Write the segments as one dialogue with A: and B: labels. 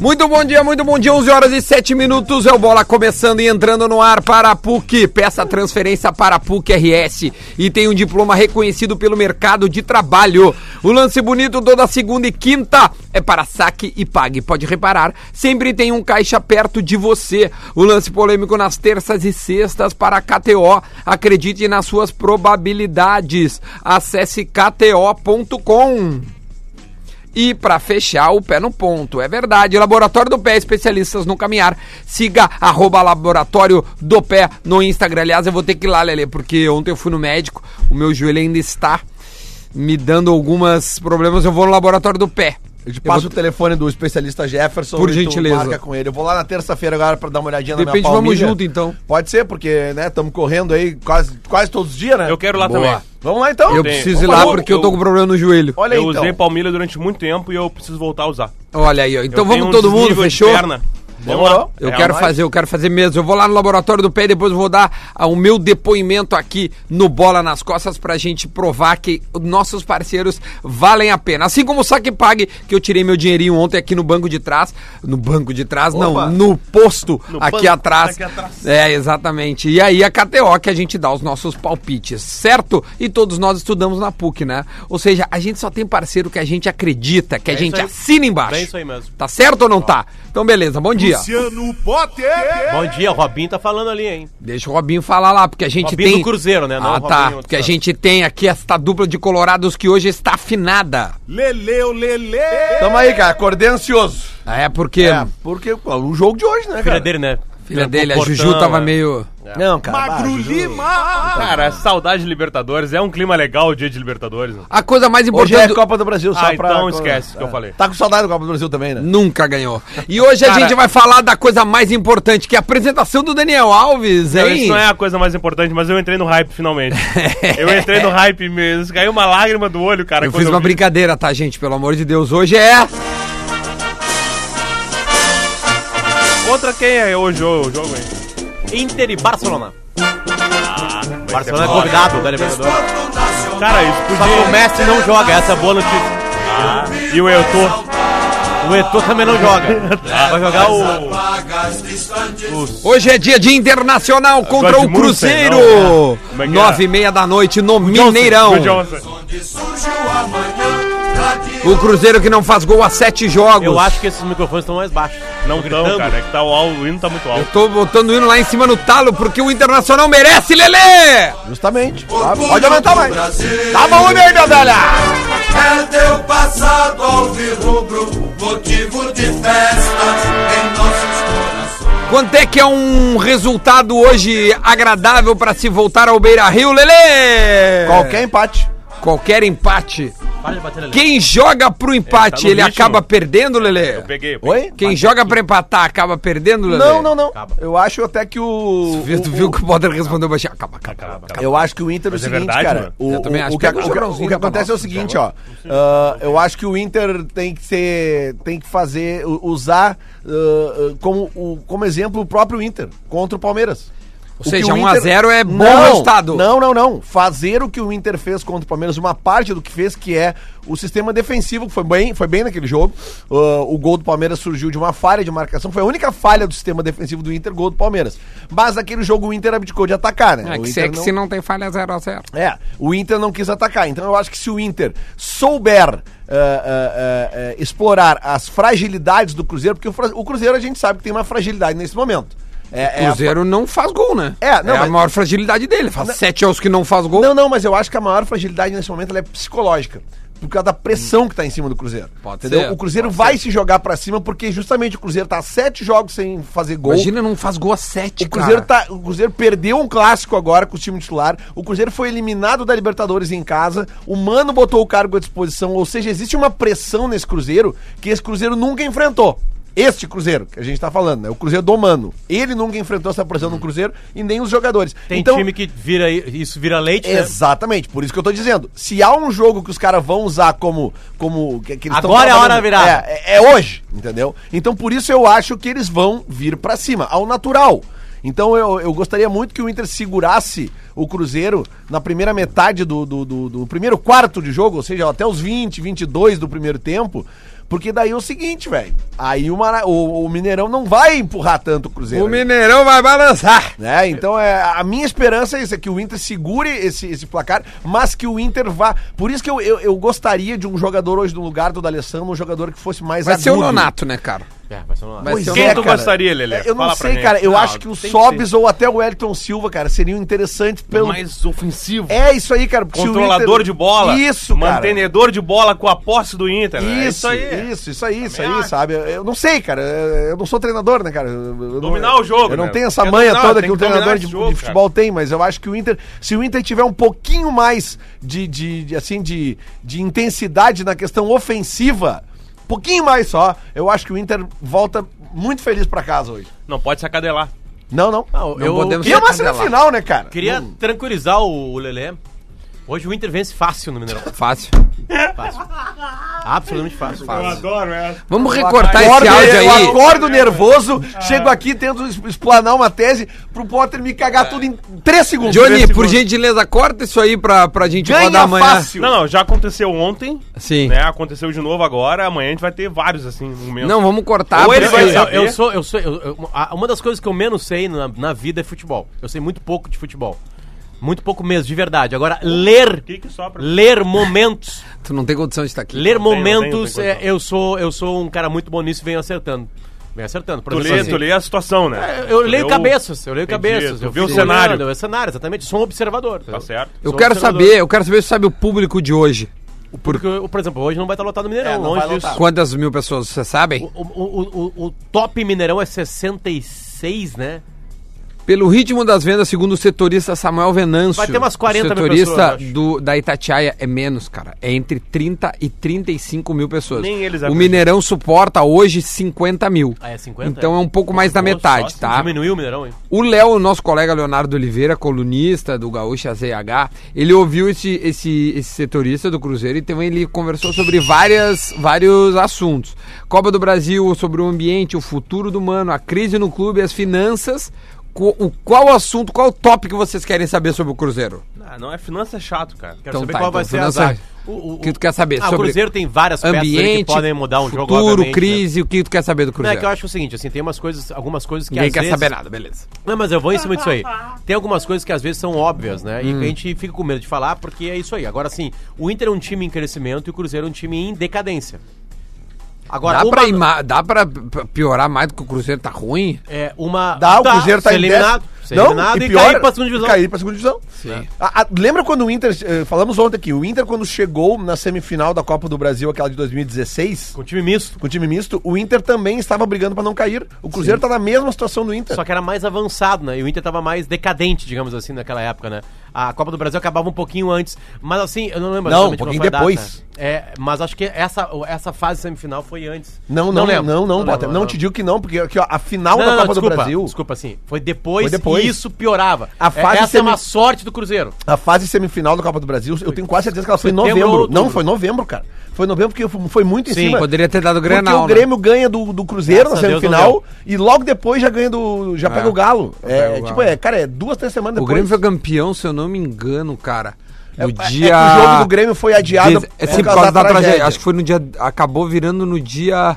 A: Muito bom dia, muito bom dia. 11 horas e 7 minutos. É o Bola começando e entrando no ar para a PUC. Peça transferência para a PUC RS e tem um diploma reconhecido pelo mercado de trabalho. O lance bonito toda segunda e quinta é para saque e pague. Pode reparar, sempre tem um caixa perto de você. O lance polêmico nas terças e sextas para a KTO. Acredite nas suas probabilidades. Acesse kto.com. E para fechar, o pé no ponto. É verdade, Laboratório do Pé, especialistas no caminhar. Siga arroba Laboratório do Pé no Instagram. Aliás, eu vou ter que ir lá, Lele, porque ontem eu fui no médico, o meu joelho ainda está me dando alguns problemas. Eu vou no Laboratório do Pé.
B: Eu te passo o telefone do especialista Jefferson.
A: Por
B: e tu
A: gentileza.
B: Marca com ele. Eu vou lá na terça-feira agora pra dar uma olhadinha na
A: Depende,
B: minha
A: vamos
B: palmilha.
A: junto então.
B: Pode ser, porque, né, estamos correndo aí quase, quase todos os dias, né?
C: Eu quero lá
A: Boa.
C: também.
B: Vamos lá então.
A: Eu
C: Tem.
A: preciso ir
C: Vamos
A: lá
C: falar,
A: porque eu tô
C: eu-
A: com problema no joelho.
B: Olha aí,
C: eu usei
B: então.
C: palmilha durante muito tempo e eu preciso voltar a usar.
A: Olha aí, ó.
C: Eu
A: Então
C: tenho
A: vamos
C: um
A: todo mundo,
C: desnível de
A: fechou?
C: perna. Vamos lá.
A: Eu
C: É,
A: quero
C: nós-
A: fazer, eu quero fazer mesmo. Eu vou lá no laboratório do pé e depois eu vou dar ah, o meu depoimento aqui no Bola nas Costas pra gente provar que os nossos parceiros valem a pena. Assim como o Saque Pague, que eu tirei meu dinheirinho ontem aqui no banco de trás. No banco de trás,
B: Opa.
A: não, no posto aqui,
C: banco,
A: atrás.
C: aqui atrás.
A: É, exatamente. E aí a KTO que a gente dá os nossos palpites, certo? E todos nós estudamos na PUC, né? Ou seja, a gente só tem parceiro que a gente acredita, que a gente
C: aí.
A: assina embaixo.
C: É isso aí mesmo.
A: Tá certo ou não tá? Então beleza, bom dia.
D: Luciano Potter.
C: Bom dia, o Robinho tá falando ali, hein?
A: Deixa o Robinho falar lá, porque a gente
C: Robinho
A: tem.
C: do Cruzeiro, né? Não
A: ah,
C: o
A: tá.
C: Robinho do
A: Porque a
C: Santos.
A: gente tem aqui esta dupla de colorados que hoje está afinada.
D: Leleu, Lele.
B: Tamo aí, cara. Acordei ansioso.
A: Ah, É porque
B: É, porque ó, o jogo de hoje, né,
C: Filha
B: cara? É.
C: dele, né?
A: É, filha
C: Trancou
A: dele,
C: o
A: a
C: portão,
A: Juju tava
C: né?
A: meio.
B: Não, cara. bah,
D: Magro
B: Juju.
D: Lima.
C: Cara, saudade de Libertadores. É um clima legal o dia de Libertadores. Né?
A: A coisa mais
B: Hoje
A: importante.
B: é Copa do Brasil, só
C: Ah,
B: pra...
C: então esquece o que eu falei.
B: Tá com saudade da Copa do Brasil também, né?
A: Nunca ganhou. E hoje a
C: Cara-
A: gente vai falar da coisa mais importante, que é a apresentação do Daniel Alves,
C: Não,
A: hein?
C: isso não é a coisa mais importante, mas eu entrei no hype finalmente. eu entrei no hype mesmo. Caiu uma lágrima do olho, cara.
A: Eu
C: quando
A: fiz uma
C: vi.
A: brincadeira, tá, gente? Pelo amor de Deus. Hoje é.
C: Contra quem é hoje o jogo, hein? Inter e Barcelona.
B: Ah,
E: Barcelona é convidado da Libertadores.
C: Cara, isso
E: Só que o
C: podia. Ah,
E: Messi não joga, essa é a boa notícia.
C: E o Eutor.
E: O Eto'o também não joga. Vai jogar o...
A: Hoje é dia de Internacional contra o
C: Edmundson,
A: Cruzeiro.
C: não, né? Como é que é?
A: Nove e meia da noite no Mineirão.
C: O Johnson.
A: O Cruzeiro que não faz gol há sete jogos.
E: Eu acho que esses microfones estão mais baixos.
C: Não tão,
E: gritando.
C: cara. É que tá o, al- o hino tá muito
A: Eu
C: alto.
A: tô botando o hino lá em cima no talo porque o Internacional merece, Lelê!
B: Justamente.
A: Ah,
B: Tá? Pode aumentar mais.
A: Tá bom, meu Dandalha!
F: É teu passado alvirrubro, motivo de festa em nossos corações.
A: Quanto é que é um resultado hoje agradável pra se voltar ao Beira Rio, Lelê?
B: Qualquer empate.
A: Qualquer empate.
E: Para de bater ali.
A: Quem joga pro empate,
C: Ele tá no
A: ele
C: ritmo.
A: acaba perdendo, Lelê?
C: Peguei. peguei.
E: um
B: Oi?
A: Quem joga pra empatar, acaba perdendo, Lelê?
B: Não, não, não. Eu acho até que o...
A: Viu, tu
B: o-
A: viu que o Potter respondeu baixinho. Ah, Acaba, acaba.
C: Acaba, acaba.
B: Eu acho que o Inter é o
C: Mas é
B: seguinte,
C: verdade,
B: cara.
C: mano.
B: O,
A: Eu também
B: o-
A: acho.
B: o que,
A: Pega um
B: o que-
A: jornalzinho né?
B: o que
A: pra nós.
B: acontece é o seguinte, ó. ah, eu acho que o Inter tem que ser, tem que fazer, u- usar ah, ah, como, o- como exemplo o próprio Inter contra o Palmeiras. O que
A: seja,
B: o
A: 1 a 0 é bom resultado.
B: Não, não, não. Fazer o que o Inter fez contra o Palmeiras, uma parte do que fez, que é o sistema defensivo, que foi bem, foi bem naquele jogo. Ah, o gol do Palmeiras surgiu de uma falha de marcação. Foi a única falha do sistema defensivo do Inter, gol do Palmeiras. Mas naquele jogo o Inter abdicou de atacar, né?
A: É
B: O
A: que, se,
B: Inter
A: é que se não tem falha 0x0.
B: é, o Inter não quis atacar. Então eu acho que se o Inter souber ah, ah, ah, ah, explorar as fragilidades do Cruzeiro, porque o, fra- o Cruzeiro a gente sabe que tem uma fragilidade nesse momento. É, é a-
A: Cruzeiro não faz gol, né?
B: É, não,
A: a
B: mas-
A: maior fragilidade dele. Faz sete jogos que não faz gol.
B: Não, não, mas eu acho que a maior fragilidade nesse momento ela é psicológica. Por causa da pressão que tá em cima do Cruzeiro.
A: Hum. Pode
B: entendeu?
A: ser,
B: o Cruzeiro vai se jogar pra cima porque justamente o Cruzeiro tá sete jogos sem fazer gol.
A: Imagina, não faz gol a sete,
B: O Cruzeiro,
A: cara.
B: tá, o Cruzeiro perdeu um clássico agora com o time titular. O Cruzeiro foi eliminado da Libertadores em casa. O Mano botou o cargo à disposição. Ou seja, existe uma pressão nesse Cruzeiro que esse Cruzeiro nunca enfrentou. Este Cruzeiro que a gente tá falando, né? O Cruzeiro do Mano. Ele nunca enfrentou essa pressão no Cruzeiro e nem os jogadores. Então,
E: Tem time que vira i- isso vira leite, né?
B: Exatamente, por isso que eu tô dizendo. Se há um jogo que os caras vão usar como. como que, que eles tão
E: Agora é a hora
B: trabalhando-
E: da virada.
B: É, é- é hoje, entendeu? Então por isso eu acho que eles vão vir pra cima, ao natural. Então eu, eu gostaria muito que o Inter segurasse o Cruzeiro na primeira metade do, do, do- do primeiro quarto de jogo, ou seja, até os 20, 22 do primeiro tempo, Porque daí é o seguinte, velho. Aí o, Mara- o- o Mineirão não vai empurrar tanto o Cruzeiro.
A: O Mineirão vai balançar.
B: né? Então é, a minha esperança é isso, é que o Inter segure esse, esse placar, mas que o Inter vá. Por isso que eu, eu, eu gostaria de um jogador hoje no lugar do D'Alessandro, um jogador que fosse mais
A: Vai ser o
B: agudo.
A: Nonato, né, cara?
E: É, vai ser um-
A: Vai
B: Pois
A: ser o
B: é,
C: Quem
A: Nonato.
C: tu
B: cara.
C: gostaria, Lelê?
B: É, Eu não
C: Fala pra
B: sei,
C: gente.
B: cara. Eu
C: Não,
B: acho que o
E: tem que
B: Sobis ou até o Wellington Silva, cara, seriam interessantes pelo.
E: Mais ofensivo.
B: É isso aí, cara. porque se o
C: Controlador
B: Inter-
C: de bola.
B: Isso, cara.
C: Mantenedor de bola com a posse do Inter. né? É
B: Isso, isso, isso aí, isso aí, sabe? Eu- Eu não sei, cara. Eu eu não sou treinador, né, cara? Eu- eu não-
C: Dominar o jogo,
B: Eu não
C: né?
B: tenho essa
C: Quer
B: manha
C: dominar,
B: toda
C: tem
B: que um
C: que dominar
B: treinador de,
C: esse jogo,
B: de futebol tem, mas eu acho que o Inter, se o Inter tiver um pouquinho mais de, de, de, assim, de, de intensidade na questão ofensiva, um pouquinho mais só, eu acho que o Inter volta muito feliz pra casa hoje.
C: Não pode se acadelar.
B: Não, não.
A: Não podemos-
B: E é uma semifinal, né, cara?
E: Queria tranquilizar o, o Lelê. Hoje o Inter vence fácil no Mineirão.
A: Fácil.
E: Absolutamente fácil.
C: adoro essa.
A: Vamos
B: Eu
A: recortar
B: acordo-
A: esse áudio
B: eu
A: aí.
B: acordo nervoso, chego aqui, tento es- explanar uma tese pro Potter me
E: É.
B: cagar tudo em 3 segundos.
A: Johnny,
B: Três
A: por
B: segundos.
A: gentileza, corta isso aí pra, pra gente rodar
B: ganha
A: amanhã.
B: fácil.
C: Não, não, já aconteceu ontem,
A: Sim.
C: né? Aconteceu de novo agora, amanhã a gente vai ter vários, assim, momentos.
A: Não, vamos cortar.
C: Ou ele
A: porque-
C: vai
E: Eu,
C: saber.
E: eu sou, eu sou. eu- eu- a- uma das coisas que eu menos sei na, na vida é futebol. Eu sei muito pouco de futebol. Muito pouco mesmo, de verdade. Agora, ler.
C: que que sopra?
E: Ler momentos.
A: Tu não tem condição de estar aqui.
E: Ler
C: Não tem, não tem, não tem
E: momentos,
C: condição.
E: é, eu sou eu sou um cara muito bom nisso e venho acertando. Venho acertando. Por
C: Tu
E: exemplo,
C: lê,
E: assim,
C: tu lê a situação, né?
E: Eu, eu
C: Tu lê
E: leio
C: o-
E: cabeças, eu leio
C: Entendi,
E: cabeças.
C: tu
E: eu
C: vê o
E: fico
C: cenário.
E: olhando, é cenário, exatamente. Sou um observador.
C: Tá certo.
A: Eu
E: Sou um
A: quero
E: observador.
A: saber, eu quero saber se sabe o público de hoje.
E: Porque, eu- por exemplo, hoje não vai estar lotado no Mineirão,
B: É, não
E: longe
B: vai
E: disso.
B: lotar.
A: Quantas mil pessoas, vocês sabem?
E: O, o- o- o- o top Mineirão é 66, né?
A: Pelo ritmo das vendas, segundo o setorista Samuel Venâncio.
E: Vai ter umas 40
A: O
E: mil
A: setorista
E: pessoas, eu acho.
A: do, da Itatiaia é menos, cara. É entre 30 e 35 mil pessoas.
C: Nem eles
A: o
C: acreditam.
A: Mineirão suporta hoje 50 mil.
E: Ah, é 50?
A: Então é um pouco mais da
E: Nossa,
A: metade,
E: nossa,
A: tá?
E: Diminuiu o Mineirão, hein?
A: O Léo, nosso colega Leonardo Oliveira, colunista do Gaúcha ZH, ele ouviu esse, esse, esse setorista do Cruzeiro e também ele conversou sobre várias, vários assuntos. Copa do Brasil, sobre o ambiente, o futuro do Mano, a crise no clube, as finanças. Co- o, qual assunto, qual tópico vocês querem saber sobre o Cruzeiro?
C: Ah, não, é finança é chato, cara.
E: Quero
A: Então
E: saber
A: tá,
E: qual
A: então,
E: vai ser a
A: finança-
E: zaga. O,
A: O que tu quer saber?
E: Ah, o
A: sobre
E: Cruzeiro tem várias peças ali
A: ambiente,
E: que podem mudar um jogo,
A: futuro,
E: obviamente, né?
A: crise, o que tu quer saber do
E: Não, é
A: Cruzeiro?
E: que eu acho o seguinte, assim, tem umas coisas, algumas coisas que
A: Ninguém
E: às
A: quer
E: vezes...
A: saber nada, beleza.
E: Não, mas eu vou em cima disso aí. Tem algumas coisas que às vezes são óbvias, né?
A: Hum.
E: E que a gente fica com medo de falar, porque é isso aí. Agora, assim, o Inter é um time em crescimento e o Cruzeiro é um time em decadência. Agora,
A: Dá
E: uma...
A: pra, ima- dá pra p- piorar mais do que o Cruzeiro tá ruim?
E: É, uma...
B: Dá, o Cruzeiro tá
E: ser
B: em
E: eliminado.
B: décimo.
E: Ser
B: Não,
E: eliminado e, cair pra segunda divisão.
B: Cair pra segunda divisão. É. A- a- lembra quando o Inter, eh, falamos ontem aqui, o Inter quando chegou na semifinal da Copa do Brasil, aquela de 2016,
E: Com um time misto.
B: com o time misto, o Inter também estava brigando pra não cair. O Cruzeiro tá na mesma situação do Inter.
E: Só que era mais avançado, né? E o Inter tava mais decadente, digamos assim, naquela época, né? A Copa do Brasil acabava um pouquinho antes, mas assim, eu não lembro
B: Não,
E: exatamente
B: um pouquinho
E: qual foi a
B: depois.
E: data. É, mas acho que essa, essa fase semifinal foi antes.
B: Não, não, não,
E: lembro.
B: não, não,
E: lembro,
B: Potter, não, te digo que não, porque aqui, ó, a final
E: Não,
B: da
E: não,
B: Copa
E: desculpa,
B: do Brasil,
E: Desculpa, assim, foi depois,
B: Foi depois.
E: e isso piorava.
B: A
E: É,
B: fase
E: essa é
B: semi-
E: uma sorte do Cruzeiro.
B: a fase semifinal da Copa do Brasil, eu tenho quase certeza que ela foi em
E: Setembro
B: novembro.
E: ou outubro.
B: Não, foi em novembro, cara. Foi em novembro porque foi muito em
E: Sim,
B: cima.
A: Poderia ter dado
B: Porque
A: Grenal,
B: o
A: né?
B: Grêmio ganha do, do Cruzeiro
E: Graças
B: na
E: a Deus não
B: semifinal e logo depois já ganha do. já pega o Galo. É,
A: pega o Galo.
B: tipo, é, cara, é duas, três semanas
A: O
B: depois.
A: Grêmio foi campeão, se eu não me engano, cara.
B: É-
A: No
B: é que o
A: dia.
B: jogo do Grêmio foi adiado
A: Des- É sempre por causa da, tragédia. Acho que foi no dia. Acabou virando no dia. ah,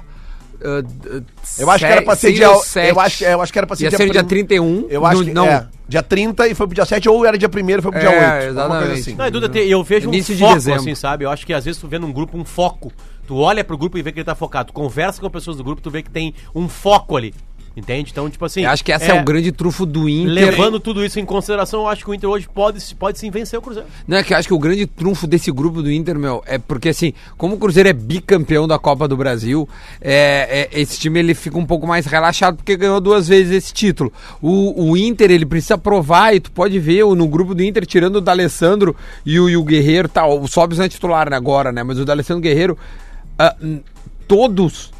A: ah,
B: Eu acho que era pra ser
A: seis
B: dia.
A: ou sete.
B: Eu acho, eu acho que era pra ser
A: Ia ser no dia
B: prim-
A: 31.
B: Eu acho
A: no-
B: que
A: não.
B: é, dia 30 e foi pro dia 7, ou era dia 1 e foi pro dia
A: É,
B: 8.
A: exatamente.
B: assim.
E: Não, e
B: Hum.
E: Duda, te- eu vejo
A: Início
E: um
A: de
E: foco,
A: dezembro.
E: assim, sabe? Eu acho que às vezes tu vê num grupo um foco. Tu olha pro grupo e vê que ele tá focado. Tu conversa com pessoas do grupo, tu vê que tem um foco ali. Entende? Então, tipo assim.
A: Eu acho que esse é, o grande trufo do Inter.
E: Levando tudo isso em consideração, eu acho que o Inter hoje pode, se- pode sim vencer o Cruzeiro.
A: Não, é que eu acho que o grande trunfo desse grupo do Inter, meu, é porque assim, como o Cruzeiro é bicampeão da Copa do Brasil, é, é, esse time ele fica um pouco mais relaxado porque ganhou duas vezes esse título. O, o Inter, ele precisa provar, e tu pode ver o- no grupo do Inter, tirando o D'Alessandro e o, e o Guerreiro, tá, o Sobis não é titular né, agora, né, mas o D'Alessandro e o Guerreiro, ah, n- todos,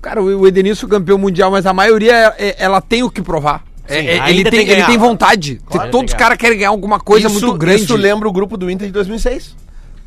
A: cara, o o Edenilson foi campeão mundial, mas a maioria, é- é- ela tem o que provar. É- é-
E: ainda
A: ele,
E: tem
A: tem,
E: que
A: ele
E: ganhar.
A: tem vontade.
E: Claro, tem
A: Todos os
E: que
A: caras querem ganhar alguma coisa muito grande.
B: Isso lembra o grupo do Inter de 2006.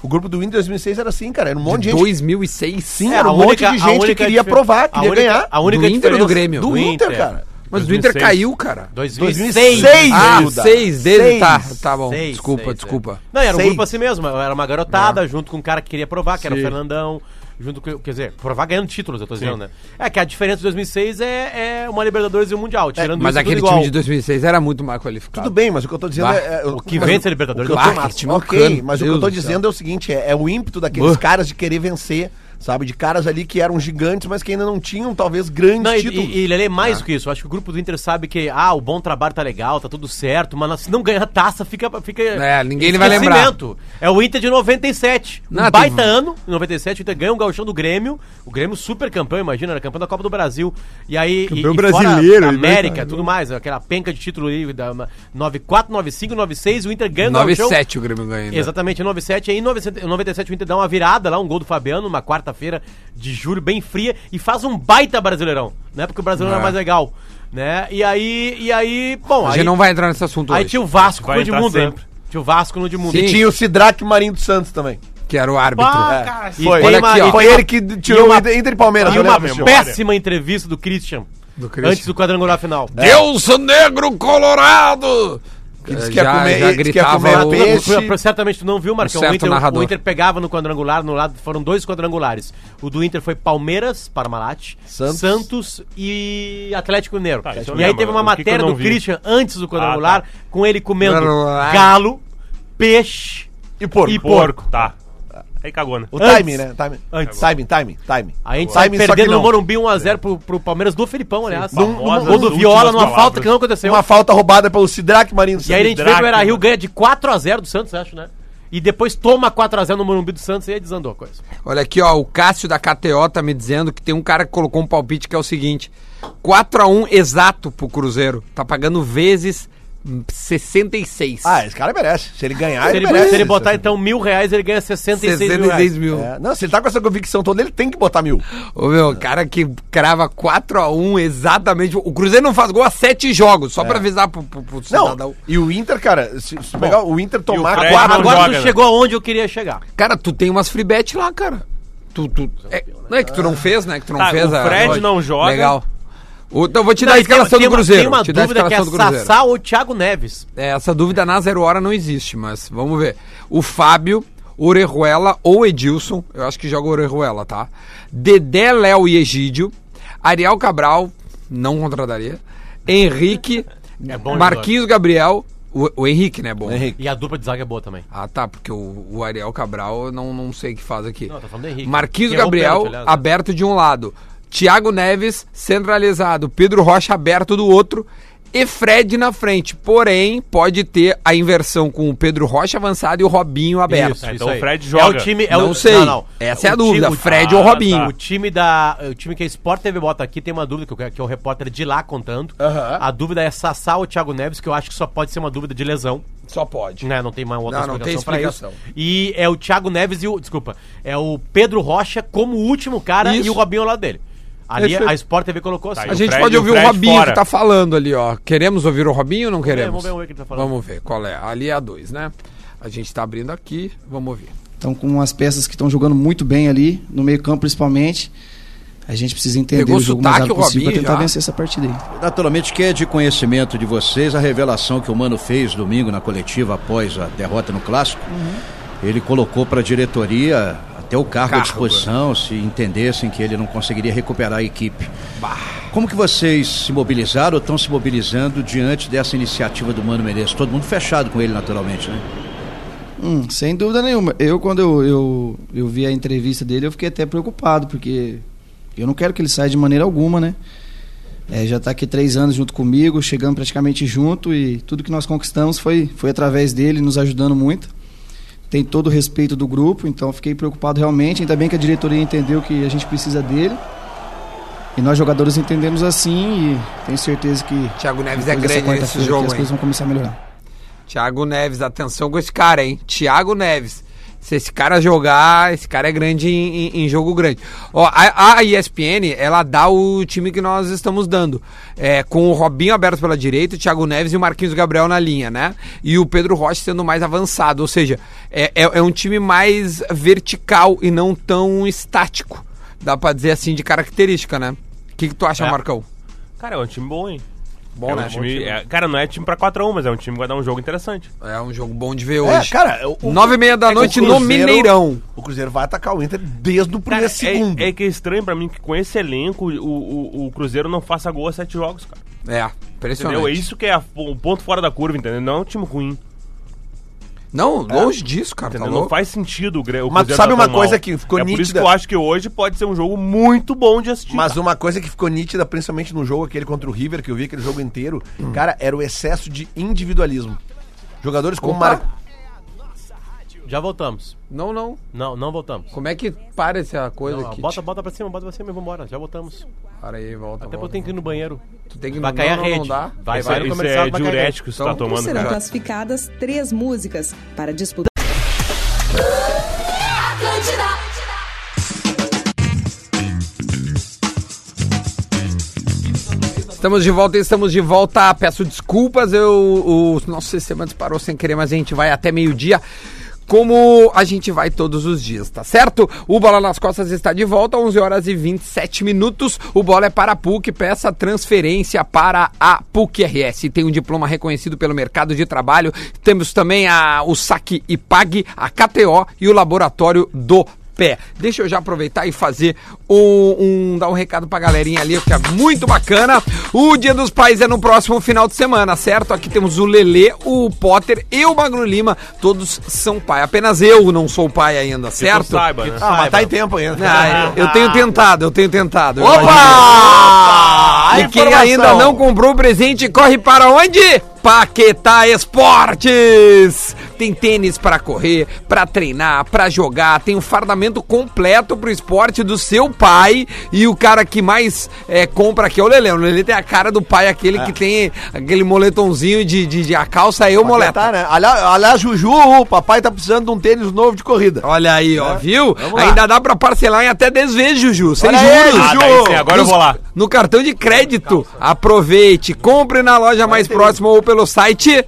B: O grupo do Inter de 2006 era assim, cara. Era um monte de, gente.
A: 2006?
B: Sim, era um monte de gente que queria
E: difer-
B: provar, queria
E: a única,
B: ganhar.
E: A única
A: Do Inter ou do
E: diferença-
A: Grêmio?
B: Do Inter, cara.
A: Mas o do Inter
C: 2006.
A: caiu, cara.
E: 2006.
A: Ah,
B: Duda.
A: seis dele,
B: Seis.
A: tá, tá bom.
E: Seis,
A: desculpa,
E: seis,
A: desculpa.
E: é. Não, era um
B: Seis.
E: grupo assim mesmo. Era uma garotada junto com um cara que queria provar, que era o Fernandão. Junto com, quer dizer, provar ganhando títulos, eu tô dizendo, né? É que a diferença de 2006 é, é uma Libertadores e um Mundial. Tirando
A: Mas
E: isso, tudo
A: aquele
E: igual.
A: time de 2006 era muito mais qualificado.
B: Tudo bem, mas o que eu tô dizendo
A: Bah,
B: é. é,
E: o que
B: mas
E: vence a Libertadores
B: o que
A: é o
B: eu tô,
A: Bah, que time
B: Ok,
A: bacana.
B: mas o que
A: Deus
B: eu tô
A: do céu.
B: dizendo é o seguinte: é, é o ímpeto daqueles
A: Bah.
B: caras de querer vencer, sabe? De caras ali que eram gigantes, mas que ainda não tinham, talvez, grandes
E: Não, e,
B: títulos.
E: e, e Lelê, é
A: É.
E: mais do que isso. Acho que o grupo do Inter sabe que, ah, o bom trabalho tá legal, tá tudo certo, mas se não ganhar taça, fica. fica
A: É, ninguém vai lembrar.
E: esquecimento. É o Inter de 97. Um
A: Não,
E: baita
A: teve-
E: ano. Em 97, o Inter ganha um gauchão do Grêmio. O Grêmio super campeão, imagina, era campeão da Copa do Brasil. E aí.
A: Campeão
E: e, e fora
A: brasileiro,
E: a
A: ele vai- né?
E: América, tudo mais. Aquela penca de título aí, da 94, 95, 96. O Inter ganha o gauchão.
A: 9-7 o Grêmio ganhou.
E: Exatamente, em 97. Aí em 97 em 97 o Inter dá uma virada lá, um gol do Fabiano, uma quarta-feira de julho bem fria, e faz um baita brasileirão, né? Porque o brasileiro
A: É.
E: era mais legal, né? E aí, e aí bom,
A: A
E: aí,
A: gente não vai entrar nesse assunto
E: aí
A: hoje,
E: tinha o Vasco
C: Vai
E: no
C: entrar
E: Edmundo, né?
C: sempre.
E: Tinha o Vasco no Edmundo.
A: Sim.
E: E tinha-
B: Tinha o Sidrak e o Marinho dos Santos também.
A: que era o árbitro.
C: Ah,
A: É.
C: cara,
E: E
B: Foi.
E: tem
A: Olha
E: uma-
A: aqui, ó.
E: e tem
B: Foi
E: uma-
B: ele que tirou
E: uma-
B: o Inter- Inter e Palmeiras.
E: e
B: eu
E: uma
B: lembro, senhor.
E: péssima entrevista do Christian,
A: Do Christian.
E: antes do quadrangular final.
A: Deus negro colorado!
B: Que disse
A: Eh,
B: que ia comer-
A: já
B: disse que ia
A: gritava
B: comer
A: o-
B: peixe.
E: Tu- tu- certamente tu não viu,
A: Um
E: Marcão.
A: certo
E: o, Inter,
A: narrador.
E: o Inter pegava no quadrangular, no lado foram dois quadrangulares. O do Inter foi Palmeiras, Parmalat,
B: Santos.
E: Santos, e Atlético Mineiro.
C: Tá, isso eu
E: e aí
C: lembro.
E: teve uma
C: O que que
E: matéria
C: eu não
E: do
C: vi?
E: Christian antes do quadrangular,
C: Ah, tá.
E: com ele comendo
A: Quadrangular.
E: galo, peixe
B: E porco.
E: e porco.
C: Porco, tá. Aí cagou, né?
B: O
E: Antes.
B: timing, né? Timing.
E: Antes.
B: Timing, timing, timing.
E: A gente sai
B: Timing, só que
E: perdendo
B: não.
E: no Morumbi 1x0 pro, pro Palmeiras do Felipão, aliás.
C: Num- num-
E: Famosas gol do
C: últimas
E: Viola, numa
C: palavras.
E: falta que não aconteceu.
B: Uma falta roubada pelo Sidrak Marinho dos
E: E aí a gente vê
C: Draco,
E: que o Era Rio
C: né?
E: ganha de 4x0 do Santos, acho, né? E depois toma 4x0 no Morumbi do Santos e aí desandou a coisa.
A: Olha aqui, ó, o Cássio da KTO tá me dizendo que tem um cara que colocou um palpite que é o seguinte: 4x1 exato pro Cruzeiro. Tá pagando vezes hum, 66.
B: Ah, esse cara merece. Se ele ganhar,
E: Se
B: ele,
E: ele,
B: merece.
E: se ele
B: isso.
E: botar então mil reais, ele ganha 66, mil
A: 66
E: reais.
A: mil.
B: É, Não, se ele tá com essa convicção toda, ele tem que botar mil.
A: Ô meu,
E: É.
A: o cara que crava 4x1 exatamente. O Cruzeiro não faz gol há 7 jogos,
E: É.
A: só pra avisar pro, pro, pro
B: Não, e o Inter, cara, se, se pegar o Inter tomar
C: Fred
B: quatro...
C: não
E: Agora
C: joga,
E: tu
C: né?
E: chegou aonde eu queria chegar.
A: Cara, tu tem umas free bet lá, cara. Tu, tu, é, não é que tu não fez, né? Que tu não
C: Tá,
A: fez
C: o Fred
A: lógico.
C: não joga.
A: Legal. O- então eu vou te
E: Não,
A: dar a
E: e tem-
A: escalação
E: tem
A: do
E: uma-
A: Cruzeiro.
E: Tem uma
A: te dar a
E: dúvida que é
A: escalação do Cruzeiro.
E: Sassá ou Thiago Neves.
A: É, essa dúvida na zero hora não existe, mas vamos ver. O Fábio, Orejuela ou Edilson, eu acho que joga Orejuela, tá? Dedé, Léo e Egídio, Ariel Cabral, não contrataria, Henrique,
E: bom
A: Marquinhos Gabriel, o, o Henrique, né, bom?
B: Henrique.
E: E a dupla de zaga é boa também.
A: Ah, tá, porque o, o Ariel Cabral eu não, não sei o que faz aqui.
E: Não, tá falando do Henrique.
A: Marquinhos
E: Errou o
A: Gabriel,
E: pênalti, aliás, né?
A: aberto de um lado. Thiago Neves, centralizado. Pedro Rocha, aberto do outro. E Fred na frente. Porém, pode ter a inversão com o Pedro Rocha avançado e o Robinho aberto.
E: Isso,
C: É,
E: isso
C: então o
E: aí.
C: Fred joga.
E: É o time, é
A: Não
E: o,
A: sei. Essa é a
E: O ti-
A: dúvida,
E: o-
A: Fred ou
E: Ah,
A: Robinho.
E: O time da, o time que é a Sport TV bota aqui tem uma dúvida que, eu- que é o repórter de lá contando.
B: Aham.
E: A dúvida é Sassá ou Thiago Neves, que eu acho que só pode ser uma dúvida de lesão.
A: Só pode.
E: Né, não tem mais outra
A: Não, não tem
E: pra
A: explicação.
E: isso. E é o Thiago Neves e o. Desculpa. É o Pedro Rocha como último cara
A: Isso.
E: e o Robinho ao lado dele. Ali
A: Perfeito.
E: a Sport TV colocou assim.
A: A
C: Tá, E o
A: gente
C: Fred-
A: pode
C: e o
A: ouvir o
C: Fred
A: Robinho
C: fora.
A: que tá falando ali, ó. Queremos ouvir o Robinho ou não queremos?
E: vamos ver o que ele tá falando.
A: Vamos ver qual é. Ali é a 2, né? A gente tá abrindo aqui, vamos ouvir.
G: Estão Então, com umas peças que estão jogando muito bem ali, no meio-campo principalmente. A gente precisa entender
A: Pegou
G: o jogo
A: sotaque,
G: mais rápido
A: o
G: possível para
A: Robinho,
G: tentar
A: já?
G: vencer essa partida aí.
H: Naturalmente que é de conhecimento de vocês a revelação que o Mano fez domingo na coletiva após a derrota no Clássico. Ele colocou para a diretoria até o cargo, à
A: Uhum. Cargo. né?
H: disposição, se entendessem que ele não conseguiria recuperar a equipe. Como que vocês se mobilizaram ou estão se mobilizando diante dessa iniciativa do Mano Menezes? Todo mundo fechado com ele, naturalmente, né?
G: Hum, sem dúvida nenhuma. Eu, quando eu, eu, eu vi a entrevista dele, eu fiquei até preocupado, porque eu não quero que ele saia de maneira alguma, né? É, já está aqui três anos junto comigo, chegando praticamente junto e tudo que nós conquistamos foi, foi através dele, nos ajudando muito. Tem todo o respeito do grupo, então fiquei preocupado realmente. Ainda bem que a diretoria entendeu que a gente precisa dele. E nós jogadores entendemos assim e tenho certeza que
A: Thiago Neves é
G: depois dessa
A: grande nesse
G: quarta-feira que
A: jogo,
G: as
A: hein?
G: coisas vão começar a melhorar.
A: Thiago Neves, atenção com esse cara, hein? Thiago Neves. Se esse cara jogar, esse cara é grande em, em- em jogo grande. Ó, a, a ESPN, ela dá o time que nós estamos dando. É, com o Robinho aberto pela direita, o Thiago Neves e o Marquinhos Gabriel na linha, né? E o Pedro Rocha sendo mais avançado. Ou seja, é, é- é um time mais vertical e não tão estático. Dá pra dizer assim de característica, né? O que, que tu acha,
E: É.
A: Marcão?
C: Cara, é um time bom, hein?
A: Bom,
C: é um
A: né?
C: time- é- cara, não é time pra 4x1, mas é um time que vai dar um jogo interessante.
A: É um jogo bom de ver
B: É,
A: hoje.
B: cara, o- o-
A: Nove e meia da
B: é que o
A: noite no
B: Cruzeiro-
A: Mineirão.
B: O Cruzeiro vai atacar o Inter desde o
C: Cara,
B: primeiro
C: é,
B: segundo.
C: é que é estranho pra mim que com esse elenco o, o, o Cruzeiro não faça gol a sete jogos, cara.
A: É,
C: Entendeu? É
A: impressionante.
C: isso que é a- o ponto fora da curva, entendeu? Não é um time ruim.
A: Não,
E: É.
A: longe disso, cara. Tá
C: entendeu? não
A: louco?
C: faz sentido o Gre- o
B: Mas
C: Cruzeiro
B: sabe
C: tá
B: uma
C: tão
B: coisa
C: mal.
B: que ficou
C: é Por isso que
B: nítida?
C: eu acho que hoje pode ser um jogo muito bom de assistir.
B: Mas uma coisa que ficou nítida, principalmente no jogo aquele contra o River, que eu vi aquele jogo inteiro, cara, era o excesso de individualismo. Jogadores como
A: Opa.
B: Mar...
E: Já voltamos.
A: Não, não.
E: Não, não voltamos.
A: Como é que para essa coisa
E: Não,
A: aqui?
E: bota, bota pra cima, bota pra cima e vambora. Já voltamos.
A: Para aí, volta.
E: Até porque eu
A: volta.
E: tenho que ir no banheiro.
A: Tu tem que
E: Vai cair a
A: não, não,
E: rede.
A: não dá.
E: Vai, vai no
C: isso
E: comercial.
C: é
E: vai cair a rede.
C: diurético que você tá
A: Então,
C: tomando,
A: será
C: cara.
A: Já.
I: classificadas três músicas para disputar.
A: Estamos de volta, estamos de volta. Peço desculpas, eu, o nosso sistema disparou sem querer, mas a gente vai até meio-dia. Como a gente vai todos os dias, tá certo? O Bola nas Costas está de volta, 11 horas e 27 minutos. O Bola é para a PUC, peça transferência para a PUC RS. Tem um diploma reconhecido pelo mercado de trabalho. Temos também a, o Saque e Pague, a KTO e o Laboratório do pé. Deixa eu já aproveitar e fazer um, um- dar um recado pra galerinha ali, que é muito bacana. O Dia dos Pais é no próximo final de semana, certo? Aqui temos o Lelê, o Potter e o Magno Lima, todos são pai. Apenas eu não sou pai ainda,
C: Que tu
A: certo?
C: saiba, né?
B: Ah, mas tá em tempo ainda.
A: Ah, eu eu tenho tentado, eu tenho tentado. eu
B: Opa!
A: imagino. E quem ainda não comprou o presente, corre para onde? Paquetá Esportes! Tem tênis para correr, para treinar, para jogar, tem um fardamento completo pro esporte do seu pai e o cara que mais eh, compra aqui é o Lelê. O Lelê tem a cara do pai, aquele que tem aquele moletomzinho de, de, de- a calça é e o
B: Paquetá,
A: moleta.
B: né? Aliás, aliás, Juju, o papai tá precisando de um tênis novo de corrida.
A: Olha aí, ó, viu?
B: Né? lá.
A: Ainda dá pra parcelar em até 10 vezes, Juju. Sem
B: Olha aí,
A: juros.
B: Ah,
C: daí sim, tá, agora eu
A: Nos-
C: vou lá.
A: No cartão de crédito. Aproveite, compre na loja mais próxima ou pelo site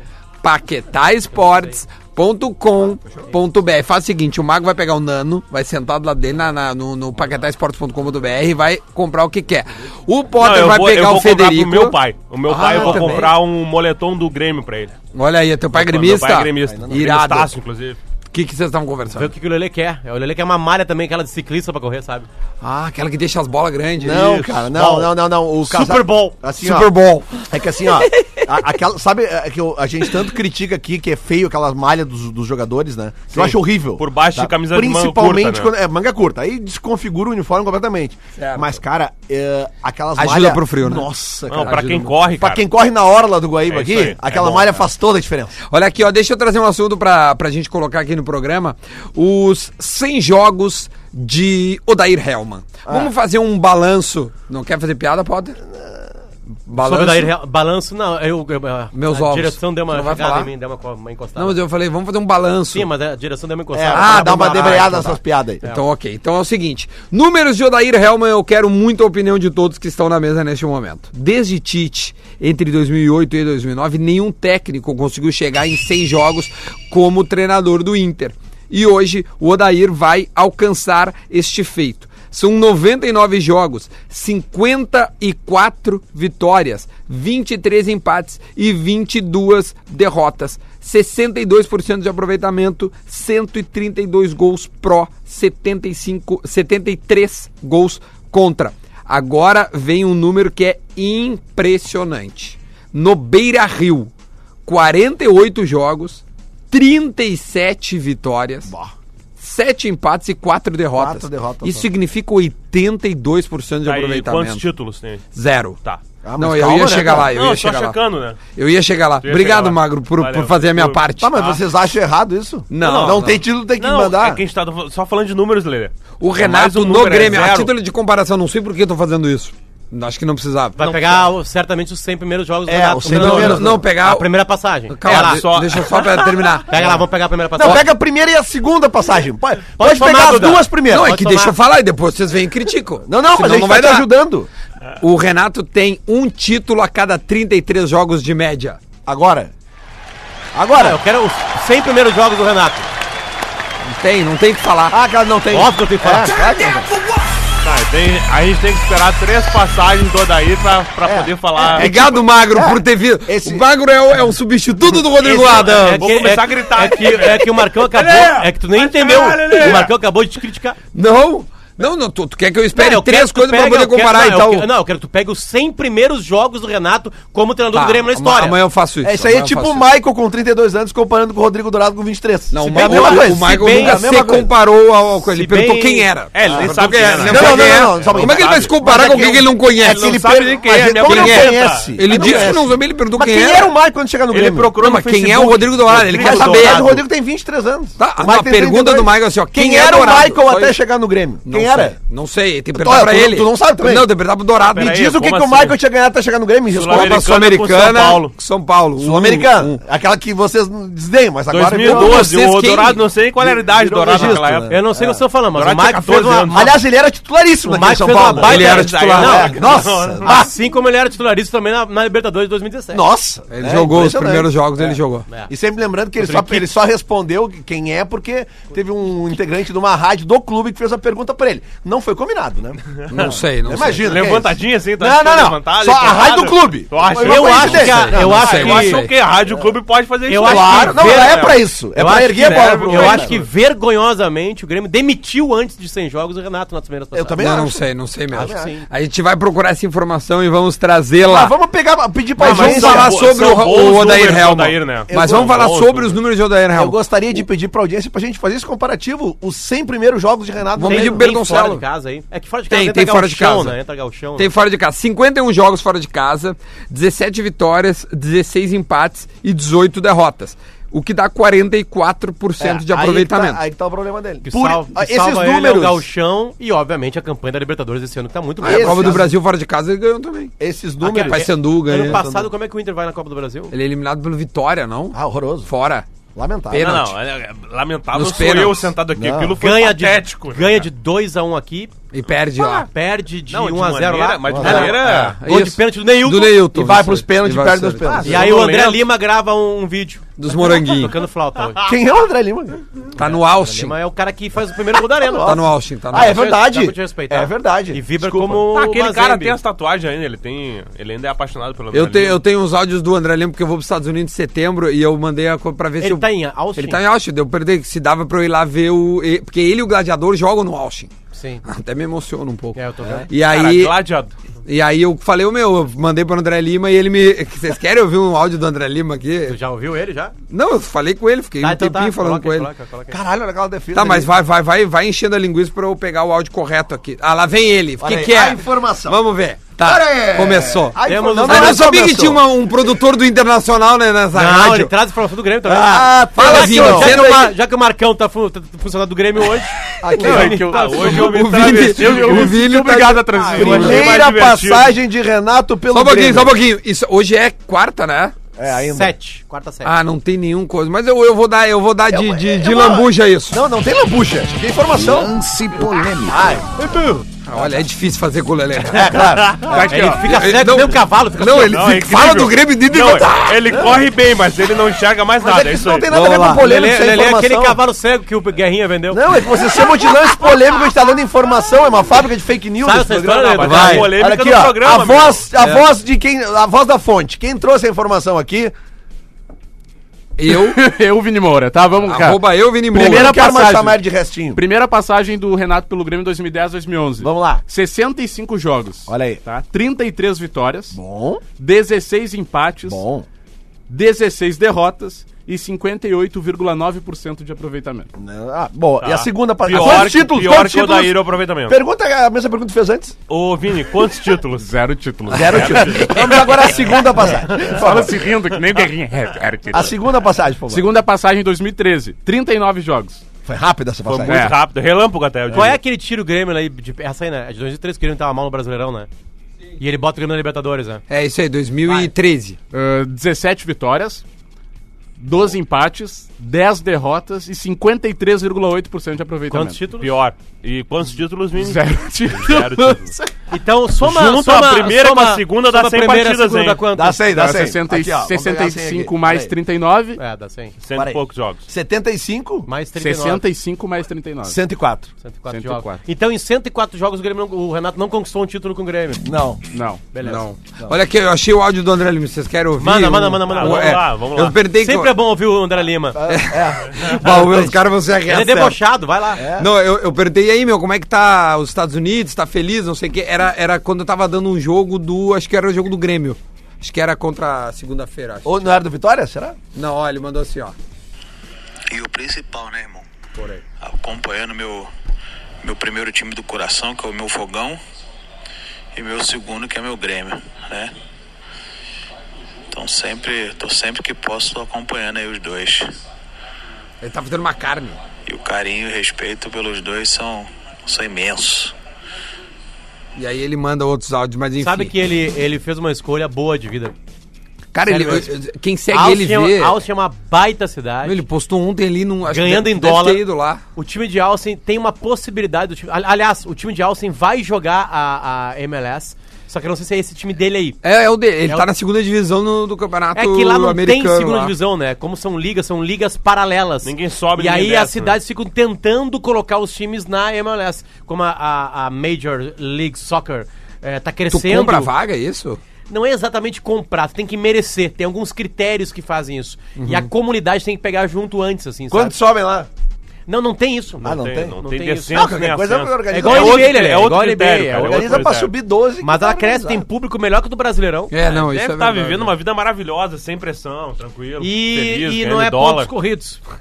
A: paquetaesportes.com.br. Faz o seguinte, o Mago vai pegar o Nano, vai sentar do lado dele na, na- no, no paquetaesportes.com.br e vai comprar o que quer. O
C: Não,
A: Potter
C: eu
A: vai
C: vou,
A: pegar
C: eu vou
A: o Federico.
C: comprar pro meu pai. O meu pai
A: Ah,
C: eu vou
A: também.
C: comprar um moletom do Grêmio pra ele.
A: Olha aí, é teu pai
C: Meu
A: gremista.
C: pai é gremista.
A: Irado.
C: Gremistaço, inclusive.
A: O que que vocês estavam
E: Vê o
A: conversando?
E: que, que o Lele quer. É, O Lele quer uma malha também, aquela de ciclista pra correr, sabe?
A: Ah, aquela que deixa as bolas grandes.
B: Não,
A: Isso.
B: cara, não, não, não, não. O
E: Super Bowl.
B: Assim, ó,
A: Super Bowl.
B: É que assim, ó, a- aquela, sabe é que eu- a gente tanto critica aqui que é feio aquelas malhas dos, dos jogadores, né? Que eu acho horrível. Tá?
C: Por baixo de camisa de manga
B: Principalmente
C: curta, né?
B: quando é manga curta. Aí desconfigura o uniforme completamente.
A: Certo.
B: Mas, cara, é, aquelas
A: Ajuda pro frio, né?
B: Nossa,
C: Não,
B: cara.
C: pra
A: ajuda
C: quem
A: muito.
C: corre,
B: Pra
C: cara.
B: quem corre na orla do Guaíba
C: É isso
B: aqui,
C: aí, é
B: aquela
C: bom,
B: malha
C: cara.
B: faz toda a diferença.
A: Olha aqui, ó, deixa eu trazer um assunto pra, pra gente colocar aqui no programa. Os 100 jogos de Odair Hellman.
E: Ah.
A: Vamos fazer um balanço. Não quer fazer piada, Potter?
E: Sobre
A: Balanço.
E: o Daír Real- balanço, não, eu, eu- a-
A: Meus
E: a
A: ovos.
E: direção deu
A: Você
E: uma
A: não vai
E: jogada
A: falar?
E: em mim, deu uma, co- uma encostada.
A: Não, mas eu falei, vamos fazer um balanço.
E: Sim, mas a direção deu uma
B: É,
E: encostada.
B: ah, dá uma
E: Ah,
B: debreada nessas piadas aí.
A: Então, ok. Então é o seguinte: números de Odair Hellman, eu quero muito a opinião de todos que estão na mesa neste momento. Desde Tite, entre 2008 e 2009, nenhum técnico conseguiu chegar em 100 jogos como treinador do Inter. E hoje o Odair vai alcançar este feito. São 99 jogos, 54 vitórias, 23 empates e 22 derrotas. 62% de aproveitamento, 132 gols pró, 75, 73 gols contra. Agora vem um número que é impressionante. No Beira Rio, 48 jogos, 37 vitórias. Sete empates e quatro derrotas.
B: Quatro derrotas
A: Isso
B: só.
A: significa 82% de
C: Tá, e
A: aproveitamento.
C: quantos títulos tem?
A: Zero.
C: Tá.
B: Ah, mas
A: não, eu
B: calma,
A: ia
B: né,
A: chegar
B: cara?
A: lá, eu
C: Não,
A: ia
C: só
A: chegar lá.
C: checando, né?
A: Eu ia chegar lá.
C: ia
A: Obrigado,
C: chegar lá.
A: Magro, por, por
C: Valeu.
A: fazer a minha
C: Por-
A: parte.
B: Tá, mas vocês acham errado isso?
A: Não,
B: Não,
A: não.
B: tem título, tem que
C: Não,
B: mandar.
C: é que a gente tá só falando de números, Lele.
A: O
C: Mais
A: Renato
C: um
A: no
C: número, é
A: Grêmio, a
C: zero.
A: título de comparação, não sei por que eu tô fazendo isso. Acho que não precisava.
E: Vai pegar o- certamente os 100 primeiros jogos do
B: É,
E: Renato
B: os
E: como
B: 100
E: treinador.
B: primeiros,
A: não, pegar
E: A
A: o-
E: primeira passagem.
A: Calma,
E: Pega lá.
A: de- deixa só pra terminar.
E: Pega lá, vamos pegar a primeira
B: Não,
E: passagem.
B: pega a primeira e a segunda passagem. Pode, pode
E: tomar,
B: pegar as
E: Duda.
B: duas primeiras.
A: Não, é
E: pode
A: que
E: tomar.
A: deixa eu falar e depois vocês vêm e criticam.
B: Não, não, mas
A: Senão
B: a gente vai te
A: dar.
B: ajudando.
A: O Renato tem um título a cada 33 jogos de média.
B: Agora.
E: Ah,
B: Agora.
E: Eu quero os 100 primeiros jogos do Renato.
A: Não tem, não tem o que falar.
B: Ah, cara, não tem.
E: Óbvio que eu tenho que falar.
B: É, claro que não tem.
C: Tá, tem- a gente tem que esperar três passagens do Odair pra, pra
B: É,
C: poder falar.
A: Obrigado, Magro, por ter vindo.
B: esse-
A: O Magro é, o- é um substituto do Rodrigo
C: Esse-
A: Adams.
C: Vou começar a gritar
E: é
C: aqui,
E: que,
C: velho.
E: é que o Marcão acabou. É que tu nem entendeu.
C: Lelê.
E: O Marcão acabou de te criticar.
A: Não, não, não tu, tu quer que eu espere
E: Não, eu quero
A: três
E: que tu
A: coisas pra
E: pegue-
A: poder
E: eu quero-
A: comparar
E: não,
A: então?
E: Eu, que- não, eu quero que tu pegue os 100 primeiros jogos do Renato como treinador
A: Tá,
E: do Grêmio na história.
A: Amanhã eu faço isso.
B: É, isso aí é
A: amanhã eu
B: tipo
A: faço
B: o Michael com 32 anos comparando com o Rodrigo Dourado com 23.
A: Não,
B: Se
A: o,
B: bem
A: Ma-
B: a mesma
A: o-
B: coisa.
A: o Michael
E: bem
A: nunca
E: a
A: se
B: mesma coisa.
A: comparou ao, ao coisa. Ele
E: Se bem-
A: perguntou quem era.
C: É, ele nem
A: Perguntou
C: sabe
A: quem
C: quem
A: era. Não,
C: era.
A: não,
B: Não, não,
A: quem é.
B: não, não, só um
A: Como é que ele vai se comparar com alguém que ele não
B: É
A: conhece?
B: que ele
C: sabe
B: per-
C: nem quem
B: mas
C: é,
B: ele
C: minha
B: não
A: pergunta.
B: conhece.
A: Ele
B: não
A: disse que
B: conhece.
A: não soube, ele perguntou
B: Mas
A: quem
B: quem
A: era.
B: era o Michael quando chegar no Grêmio?
C: procurou
A: Não, mas
C: no
A: quem é o
C: Facebook.
A: Rodrigo Dourado? Ele
B: Quer
A: quer
C: Rodrigo
B: saber,
A: saber.
B: o Rodrigo tem 23 anos.
A: Tá, a
B: O Michael tem
A: pergunta
B: 32.
A: do Michael é assim, ó, quem
B: Quem,
A: é
B: era o
A: Dourado?
B: Michael
A: Só
B: até
A: isso.
B: chegar no Grêmio?
A: Não
B: quem
A: sei,
B: era?
A: Não sei, tem que perguntar
B: Tu-
A: pra
B: tu-
A: ele.
B: tu não sabe também?
A: Não, tem que perguntar pro Dourado.
B: Me
C: Peraí,
B: diz o que, que
C: como
B: o
C: assim?
B: Michael tinha ganhado até chegar no Grêmio. Jesus.
C: Sul-Americano.
A: Copa
C: Sul-Americana
A: Sul-Americana.
C: com São Paulo.
A: São Paulo. Um,
B: Sul-Americano.
A: um.
B: Aquela que vocês desdenham, mas agora...
C: 2012,
A: vocês
C: o
A: quem-
C: Dourado, não sei qual era a idade do
B: Virou
C: Dourado naquela
B: registro,
C: época.
E: Eu não sei o que vocês estão falando, mas
C: Agora
E: o
C: tinha
E: Mike fez
C: 14
E: uma.
C: anos.
B: Aliás, ele era titularíssimo
E: O
B: naquele
E: Mike
B: São
E: fez uma
B: Paulo.
E: baita
A: Ele era
E: ideia.
A: titular.
E: Não,
B: É, Nossa,
E: Assim como ele era titularista também na, na Libertadores de 2017.
B: nossa.
A: Ele
B: É,
A: jogou os
B: impressionante. É.
A: primeiros jogos, ele jogou.
B: E sempre lembrando que ele só, ele só respondeu quem é porque teve um integrante de uma rádio do clube que fez a pergunta pra ele. Não foi combinado, né?
A: Não sei, não sei.
B: Imagina. que é
C: Levantadinha assim,
B: Não, não, não.
C: levantada,
B: Só a
C: levantada.
B: rádio do clube.
C: Tu acha?
B: Foi
E: Eu
B: uma
E: acho que.
B: coincidência.
E: a- Eu
C: Ah,
E: acho
C: eu acho
E: que.
C: que a rádio
B: é.
C: clube pode fazer isso.
E: Eu
C: né?
E: acho que-
B: Claro, não,
E: Ver-
B: é pra isso. É
E: Eu
B: pra
E: acho
B: erguer a
E: que-
B: bola
E: eu
B: pro outro.
E: acho que vergonhosamente o Grêmio demitiu antes de 100 jogos o Renato nas primeiras
B: Eu
E: passagens.
B: também
A: Não, não
B: acho.
A: sei, não sei mesmo.
B: Acho que sim.
A: A gente vai procurar essa informação e vamos
B: Ah,
A: trazê-la.
B: vamos pegar, pedir pra
C: Ah, mas
A: Vamos
B: audiência.
C: são
A: falar
C: bo-
A: sobre
C: são
A: o,
C: bons
A: o Odair
C: números do
A: Helm.
C: Odair, né?
A: Mas
C: Eu
A: vamos
C: gosto.
A: falar sobre os números de Odair
B: Eu
A: Helm.
B: gostaria de pedir pra audiência pra gente fazer esse comparativo, os 100 primeiros jogos de Renato.
A: Vamos
E: Tem-
A: pedir
B: Gaúcho.
A: pro
E: tem
A: Bergoncello.
E: fora de casa aí. É que fora de
A: Tem,
E: casa
A: tem fora de
E: gauchão,
A: casa.
E: né? Entra gauchão,
A: Tem fora de casa. 51 jogos fora de casa, 17 vitórias, 16 empates e 18 derrotas. O que dá 44%
B: É,
A: de aproveitamento.
B: Aí que tá, aí que tá o problema dele.
E: Que
B: Por-
E: salva, que
B: esses
E: salva ele é o
B: números,
E: Galchão e, obviamente, a campanha da Libertadores esse ano que tá muito boa.
A: É, A Copa
B: Esse- é.
A: do Brasil fora de casa ele ganhou também.
B: esses
A: Número,
B: números.
A: Paysandu ganhou.
E: Ano
B: então.
E: passado, como é que o Inter vai na Copa do Brasil?
A: Ele é eliminado pelo Vitória, não?
B: Ah, horroroso.
A: Fora.
B: Lamentável.
C: Não,
A: Pênalti.
C: não, é- é lamentável
A: Nos
C: sou eu
A: pênaltis.
C: sentado aqui.
B: Não.
C: Aquilo foi
E: Ganha de,
C: patético. né,
E: ganha
C: cara?
E: de 2x1 aqui,
A: E perde
B: Ah,
A: lá.
E: perde de
C: Não, É. de
E: 1x0 lá.
C: maneira- mas de
E: Ah, não.
C: maneira-
E: Ah, Gol de
A: é Isso.
E: pênalti do Neilton.
A: Do Neilton.
B: E vai
A: isso
B: pros
A: aí.
B: pênaltis,
A: E vai
B: perde
A: pros
B: os pênaltis.
E: E aí o André
C: Sonolento.
E: Lima grava um, um vídeo.
A: Dos moranguinhos.
E: Tocando flauta hoje.
B: Quem é o André Lima?
A: Tá no Austin.
E: Lima é o cara que faz o primeiro gol da arena.
A: Tá no Austin. Tá no
B: Ah, é
A: Austin.
B: verdade.
E: Dá pra te respeitar.
B: É verdade.
E: E vibra
B: Desculpa.
E: como
C: Ah, aquele
E: uma
C: cara
E: Zambi.
C: tem as tatuagens ainda, ele tem. Ele ainda é apaixonado pelo
A: Eu, te-
C: André Lima.
A: eu tenho uns áudios do André Lima, porque eu vou pros Estados Unidos em setembro e eu mandei a coisa pra ver se
E: Ele
A: eu...
E: tá em Austin?
A: Ele tá em Austin, deu perder se dava pra eu ir lá ver o. e- Porque ele e o Gladiador jogam no Austin.
E: Sim.
A: Até me emociona um pouco.
E: É, eu tô vendo.
A: E
C: Cara,
A: aí,
C: gladiador.
A: e aí eu falei, o meu, eu mandei pro André Lima e ele me. Vocês querem ouvir um áudio do André Lima
E: Tu
A: aqui?
E: já ouviu ele, já? Tá,
A: Não, eu falei com ele, fiquei um tempinho falando
E: então coloca
A: com
E: aí,
A: ele.
E: coloca, coloca aí.
B: Caralho, olha aquela defesa.
A: Tá, mas
B: ali.
A: vai, vai, vai, vai enchendo a linguiça pra eu pegar o áudio correto aqui. Ah, lá vem ele. O
B: Olha
A: que,
B: aí,
A: que é?
B: a informação.
A: Vamos ver. Tá.
B: Olha aí.
A: Começou.
B: A
E: Temos
B: informação- é
E: um-
A: Ah, eu
B: não
A: não sabia que
B: começou.
A: tinha uma- um produtor do Internacional né, nessa
E: Não,
A: rádio.
E: ele
C: tá-
E: traz a informação do Grêmio também. Tá
A: Ah, fala,
E: já, que,
A: Zinho.
E: já, que
A: Sendo
E: o
A: uma-
E: Mar- já que o Marcão tá, fu tá funcionando do Grêmio hoje. tá
B: Aqui,
C: Não,
B: ó.
C: é que eu- ah, hoje eu me
A: O Vini-
C: travesti, eu- eu
A: o
C: me
A: Vini
C: senti
A: tá-
C: obrigado a transferir. eu achei mais
B: Primeira
C: divertido.
B: passagem de Renato pelo
A: Só um pouquinho,
B: Grêmio.
A: só um pouquinho. Isso, hoje é quarta, né?
B: É,
E: Tá
B: ainda.
E: Sete. Quarta série.
A: Ah, não tem nenhum coisa. Mas eu, eu vou dar, eu vou dar de, de, de lambuja isso.
B: Não, não tem lambucha. Tem informação.
F: Lance polêmico.
B: Ai,
A: Ah, Olha, é difícil fazer com o Lelê.
B: é claro.
E: ele fica
A: ele-
E: cego,
A: não-
E: nem
C: um
E: o cavalo fica
A: Não,
E: cego.
A: ele
C: Não, é
A: fica- fala
C: incrível.
A: do Grêmio de
C: Não, ele corre bem, mas ele não enxerga mais
B: tá. Mas é
C: nada.
B: que
C: é
B: isso
C: isso
B: não
C: aí.
B: tem nada a ver
A: Vamos
B: com
A: lá.
E: Lelê,
B: polêmico, isso é
E: Lelê é aquele
B: informação.
E: cavalo cego que o Guerrinha vendeu.
B: Não, é que você chama de lance polêmico, a gente tá dando informação, é uma fábrica de fake news.
E: Sabe
B: esse
E: essa
B: programa.
E: história,
C: Mas
E: Leandro?
C: é
E: Vai.
C: a polêmica
B: Olha aqui,
C: do
B: ó,
C: programa.
B: a
C: meu. É.
B: voz, a voz de quem, a voz da fonte, quem trouxe a informação aqui,
C: é-
A: Eu,
J: eu, Vini Moura, tá? Vamos cá.
A: arroba eu, Vini Moura.
J: Primeira
B: não quero mais
J: passagem.
B: chamar ele de restinho.
J: Primeira passagem do Renato pelo Grêmio 2010-2011.
B: Vamos lá.
J: 65 jogos.
B: Olha aí.
J: Tá? 33 vitórias,
B: Bom,
J: 16 empates,
B: bom.
J: 16 derrotas e 58,9% de aproveitamento.
B: Não, ah, bom, e a segunda parte.
C: Tá. Pior,
B: quantos
C: que-
B: títulos?
C: pior
B: Quantos
C: que o
B: títulos?
C: Daíra o aproveitamento.
B: Pergunta, é a mesma pergunta que fez antes.
C: Ô, Vini, quantos títulos?
J: Zero títulos.
C: É.
B: Zero títulos. Vamos agora a segunda passagem. Por
J: Fala
B: favor.
J: se rindo que nem o Guerrinha. É, Zero
B: A
J: títulos.
B: segunda passagem, por favor.
J: Segunda passagem em 2013, 39 jogos.
B: Foi rápida essa
C: Foi
B: passagem.
C: muito
J: É.
C: rápido. Relâmpago até, eu
E: Qual é
C: diria.
E: aquele tiro Grêmio aí? De, essa aí, né? É de 2003 que o Grêmio tava mal no Brasileirão, né? E ele bota o Grêmio na Libertadores, né?
A: É isso aí, 2013.
J: Ah, 17 vitórias, 12 empates, 10 derrotas e 53,8% de aproveitamento.
E: Quantos títulos? Hum.
C: Pior. E quantos títulos, Vini?
J: Zero títulos.
C: Zero títulos.
E: Então soma,
C: Junto
E: soma
C: a primeira
E: soma-
C: com a segunda, dá
E: soma a
C: 100
E: primeira,
C: partidas,
E: segunda
C: hein?
E: Dá quanto?
B: Dá 100, dá 100.
J: 60,
B: Aqui, ó, vamos pegar a 100
J: 65
B: aqui.
J: mais
B: Peraí.
J: 39.
E: É, dá 100.
B: Para
C: Cento e
B: aí.
C: poucos jogos.
B: 75?
E: Mais 39.
J: 65 mais 39.
B: 104.
E: 104,
J: 104.
E: jogos. Então em 104 jogos o, Grêmio não- o Renato não conquistou um título com o Grêmio.
B: Não.
J: Não.
E: Beleza.
A: Olha aqui, eu achei o áudio do André Lima, vocês querem ouvir?
E: Manda,
A: O-
E: manda, manda, manda.
A: o-
E: Vamos
A: é,
C: lá, vamos lá.
A: Eu perdi É.
E: Sempre é bom ouvir o André Lima.
A: Baú, os caras vão se
E: Ele é
A: arregaçar.
E: debochado, vai lá.
A: Não, eu, eu perguntei aí, meu, como é que tá os Estados Unidos? Tá feliz? Não sei o quê. Era, era quando eu tava dando um jogo do. Acho que era o jogo do Grêmio. Acho que era contra a segunda-feira. acho.
B: Ou não era do Vitória? Será?
A: Não, ó, ele mandou assim, ó.
K: E o principal, né, irmão?
A: Por aí.
K: Acompanhando meu, meu primeiro time do coração, que é o meu fogão, e meu segundo, que é meu Grêmio, né? Então sempre, tô sempre que posso, tô acompanhando aí os dois.
A: Ele tá fazendo uma carne.
K: E o carinho e o respeito pelos dois são, são imensos.
A: E aí ele manda outros áudios, mas enfim.
E: Sabe que ele, ele fez uma escolha boa de vida.
A: Cara, ele,
E: Sério mesmo.
A: quem segue ele
E: Austin, é-
A: vê.
E: Austin é uma baita cidade.
A: Ele postou ontem ali num. acho que
E: ganhando
A: deve-
E: em
A: deve
E: dólar.
A: ter ido lá.
E: O time de Alcen tem uma possibilidade. Do time, ali- aliás, o time de Alcen vai jogar a, a MLS. Só que eu não sei se é esse time dele aí.
A: É, é o dele. Ele
E: É
A: tá
E: o-
A: na segunda divisão no- do campeonato
E: É
A: americano.
E: que lá não tem segunda
A: lá.
E: divisão, né? Como são ligas, são ligas paralelas.
C: Ninguém sobe,
E: E
C: ninguém
E: aí
C: desce, né?
E: as cidades ficam tentando colocar os times na MLS. Como a, a- a Major League Soccer eh, tá
A: Tu
E: crescendo.
A: compra a vaga, é isso?
E: não é exatamente comprar, tu tem que merecer. Tem alguns critérios que fazem isso. E
A: Uhum.
E: a comunidade tem que pegar junto antes, assim,
B: Quantos
E: sabe?
B: sobem lá?
E: Não, não tem isso.
B: Ah, não tem?
C: Não,
E: Não
C: tem,
E: tem isso.
C: descenso
B: Não,
C: nem
B: coisa
C: ascenso.
B: organizada.
E: É igual a
B: É
E: NBA,
C: outro-
E: né?
C: é
E: É
C: outro
E: igual a NBA.
C: critério,
E: é
C: cara,
E: outro
C: é outro
B: Organiza pra
C: organizado.
B: subir 12.
E: Mas
B: que
E: ela
B: tá
E: cresce, tem
B: organizado.
E: público melhor que o do Brasileirão.
A: É, não, isso é
E: tá
C: Deve estar
A: verdade.
C: Tá vivendo uma vida maravilhosa, sem pressão, tranquilo,
E: E, e
C: ganhando
E: não é
C: dólar.
E: pontos corridos.
A: Ah,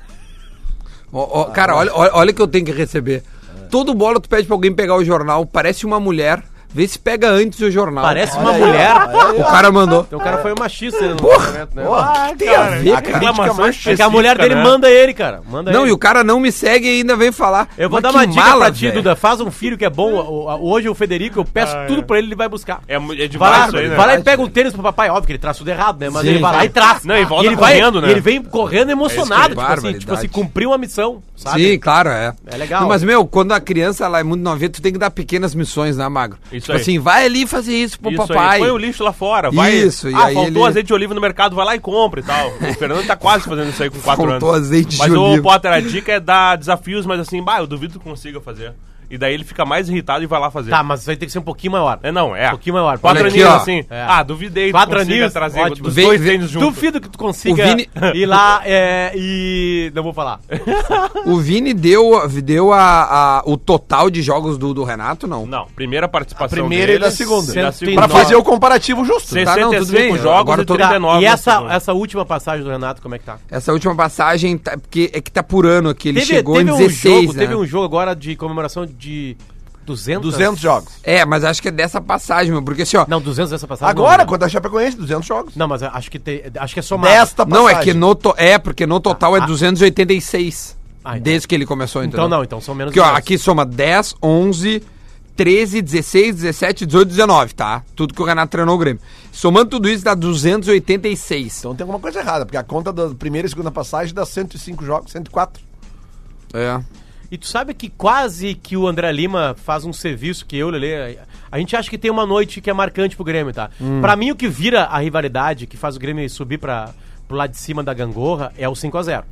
A: Ó, ó, cara, olha, olha, olha que eu tenho que receber. Todo bola tu pede pra alguém pegar o jornal, parece uma mulher, vê se pega antes o jornal.
E: Parece
A: Olha
E: uma
A: aí.
E: mulher.
A: O cara mandou.
E: Então o cara foi um machista no momento, né?
B: Ah,
A: Tem
B: cara,
A: a ver,
B: a
A: cara.
C: Reclamação
E: É que a
C: específica,
E: mulher dele
C: né?
E: manda ele, cara. Manda
A: Não,
E: ele.
A: e o cara não me segue e ainda vem falar.
E: Eu vou
A: Mas
E: dar
A: que
E: uma dica
A: mala,
E: pra ti,
A: velho. Ah,
E: Duda. Faz um filho que é bom. O- o- Hoje o Federico, eu peço tudo pra ele, ele vai buscar.
C: É, mu- é
E: Vai lá,
C: demais isso aí, né?
E: vai lá e pega um tênis pro papai, óbvio que ele traz tudo errado, né? Mas ele vai lá e traz.
C: Não, e volta
E: ele
C: correndo,
E: vai,
C: né?
E: e ele vem correndo emocionado, tipo assim,
A: É barbaridade.
E: tipo assim, cumpriu a missão, sabe?
A: Sim, claro, é.
E: É legal.
A: mas, meu, quando a criança ela é muito novinha, tu tem que dar pequenas missões, né, Magro?
C: Isso
A: tipo
C: aí.
A: assim, vai ali fazer isso pro
C: Isso aí,
A: papai.
E: um
C: Põe o lixo lá fora, vai.
A: Isso, e
C: ah,
A: aí
C: faltou
A: ele-
C: azeite de oliva no mercado, vai lá e compra e tal. O Fernando tá quase fazendo isso aí com 4 anos.
A: Faltou azeite de
C: mas
A: oliva.
C: o Potter, a dica é dar desafios, mas assim, bah, eu duvido que consiga fazer. E daí ele fica mais irritado e vai lá fazer.
E: Tá, mas isso aí tem que ser um pouquinho maior.
C: É, não, é.
E: Um pouquinho maior.
C: Quatro
A: Olha aqui,
C: aninhos
A: ó.
C: assim.
E: É.
C: Ah, duvidei que
E: Quatro
C: consiga
E: aninhos,
C: trazer
E: ótimo.
C: os
A: Vem-
C: dois
A: vem-
C: tênis juntos.
E: Duvido que tu consiga
A: O Vini-
E: ir lá é, e. Não vou falar. Tá,
A: O Vini deu, deu a, a- o total de jogos do, do Renato, não?
C: Não, primeira participação
B: primeira e da segunda.
C: E da segunda.
B: Pra
E: Nove.
B: fazer o comparativo justo.
A: Tá, não, tudo
C: 65
A: bem,
C: jogos
A: agora
C: e
A: tô-
C: 39
E: e
C: na
E: essa,
C: segunda.
E: essa última passagem do Renato, como é que tá?
A: Essa última passagem, tá, porque é que tá por ano aqui, ele chegou em 16,
E: um jogo,
A: né?
E: teve um jogo agora de comemoração de 200?
B: 200 jogos.
A: É, mas acho que é dessa passagem, meu, porque assim, ó...
E: Não, 200 dessa passagem. não,
B: Agora,
E: né?
B: quando a Chapecoense, 200 jogos.
E: Não, mas acho que, te, acho que é somado.
B: Nesta
A: Não, é que no to- é porque no total é 286.
E: Ah, então.
A: Desde que ele começou,
E: Então
A: entendeu?
E: não, então são menos
A: Aqui, ó,
E: de dez.
A: aqui soma 10, 11, 13, 16, 17, 18, 19, tá? Tudo que o Renato treinou o Grêmio. Somando tudo isso dá 286.
B: Então tem alguma coisa errada, porque a conta da primeira e segunda passagem dá 105 jogos, 104.
A: É.
E: E tu sabe que quase que o André Lima faz um serviço que eu, Lele. A gente acha que tem uma noite que é marcante pro Grêmio, tá?
C: Hum.
E: Pra mim, o que vira a rivalidade, que faz o Grêmio subir pra, pro lado de cima da gangorra, é o 5x0.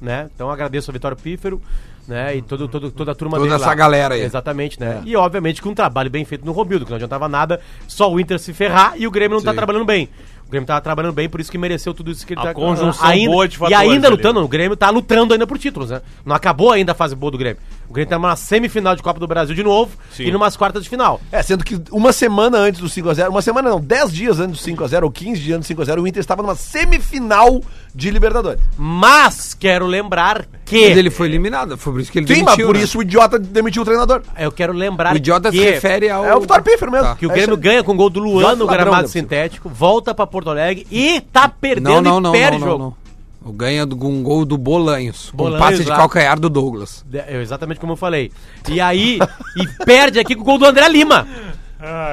E: Né? Então agradeço a Vitório Pífero, né? E todo, todo, toda a turma
A: Toda
E: dele
A: essa galera aí.
E: Exatamente, né?
C: É.
E: E obviamente com um trabalho bem feito no Romildo, que não adiantava nada, só o Inter se ferrar e o Grêmio não tá
A: Sim.
E: trabalhando bem. O Grêmio tava trabalhando bem, por isso que mereceu tudo isso que ele
C: A
E: tá
C: conjunção
E: ainda,
C: boa de
E: E
C: fatores
E: ainda
C: ali,
E: lutando,
C: né?
E: o Grêmio tá lutando ainda por títulos, né? Não acabou ainda a fase boa do Grêmio. O Grêmio tá numa semifinal de Copa do Brasil de novo
C: Sim.
E: e numas quartas de final.
B: É, sendo que uma semana antes do 5x0, uma semana não, 10 dias antes do 5x0, ou 15 dias antes do 5x0, o Inter estava numa semifinal de Libertadores.
E: Mas quero lembrar que.
A: Mas ele foi eliminado, foi por isso que ele
B: Sim, mas por
A: né?
B: isso o idiota demitiu o treinador.
E: Eu quero lembrar
A: O idiota
E: que,
A: se refere ao...
B: É o Vitor Piffer mesmo.
A: Tá.
E: que o
B: É
E: Grêmio
B: isso aí.
E: ganha com o gol do Luan
B: Idiota
E: no
B: ladrão,
E: gramado
B: né,
E: sintético, volta pra Porto Alegre e tá perdendo
A: Não, não, não,
E: e perde
A: não,
E: o
A: não,
E: jogo.
A: não. O ganha do- com um gol do Bolanhos. Com um
E: Bolanhos,
A: passe de
E: lá.
A: calcanhar do Douglas.
E: É exatamente como eu falei. E aí, e perde aqui com o gol do André Lima.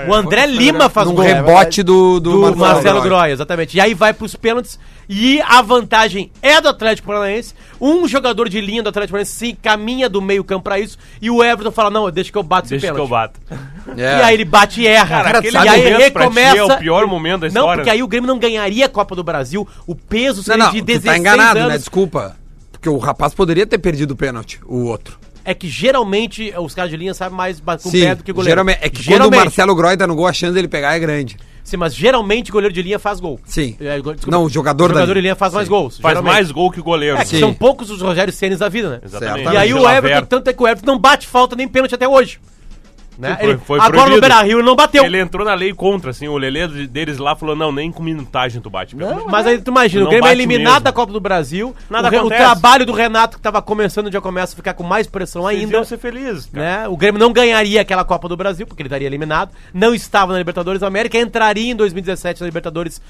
E: o André
A: foi-
E: Lima faz
A: num
E: gol.
A: rebote do- do
E: Marcelo,
A: Marcelo
E: Marcelo
A: Groy.
E: Groy, exatamente. E aí vai pros pênaltis e a vantagem é do Atlético Paranaense. Um jogador de linha do Atlético Paranaense se encaminha do meio campo pra isso e o Everton fala, não, deixa que eu bato
C: Deixa
E: esse
C: que eu
E: pênalti.
C: bato.
A: É.
E: E aí ele bate e erra.
C: Cara, aquele
E: e aí ele
C: momento pra ti
E: recomeça.
C: é o pior momento
E: Não,
C: da história. né?
E: porque aí o Grêmio não ganharia a Copa do Brasil. O peso
A: Não,
E: seria
A: não,
E: de
A: tu
E: 16
A: tá enganado,
E: anos.
A: né? Desculpa. Porque o rapaz poderia ter perdido o pênalti, o outro.
E: É que geralmente os caras de linha sabem mais bater com o
A: Sim,
E: pé do que goleiro.
A: geralmente- é que
E: geralmente,
A: quando o Marcelo Groy tá no gol, a chance dele pegar é grande.
E: Sim, mas geralmente goleiro de linha faz gol.
A: Sim.
E: É, go- desculpa.
A: Não, o jogador da
E: de
A: linha.
E: linha faz mais
A: Sim.
E: gols.
C: Faz
E: geralmente.
C: mais gol que o goleiro.
E: É, que
C: Sim.
E: são poucos os Rogério Senes da vida, né?
C: Exatamente.
E: E aí o
C: Gelaberto.
E: Everton, tanto é que o Everton não bate falta nem pênalti até hoje. Né?
C: Foi-
E: Ele-
C: foi
E: agora
C: proibido.
E: no Beira-Rio ele não bateu.
C: Ele entrou na lei contra, assim. O Lelê de- deles lá falou: não, nem com minutagem tu bate. pênalti.
E: Mas aí tu imagina,
C: Não
E: o Grêmio é
C: bate
E: eliminado
C: mesmo.
E: da Copa do Brasil.
C: Nada
E: o, Re- o
C: acontece.
E: trabalho do Renato que tava começando já começa a ficar com mais pressão
C: Vocês
E: ainda.
C: iam ser felizes. cara.
E: Né? O Grêmio não ganharia aquela Copa do Brasil, porque ele estaria eliminado. Não estava na Libertadores da América, entraria em 2017 na Libertadores.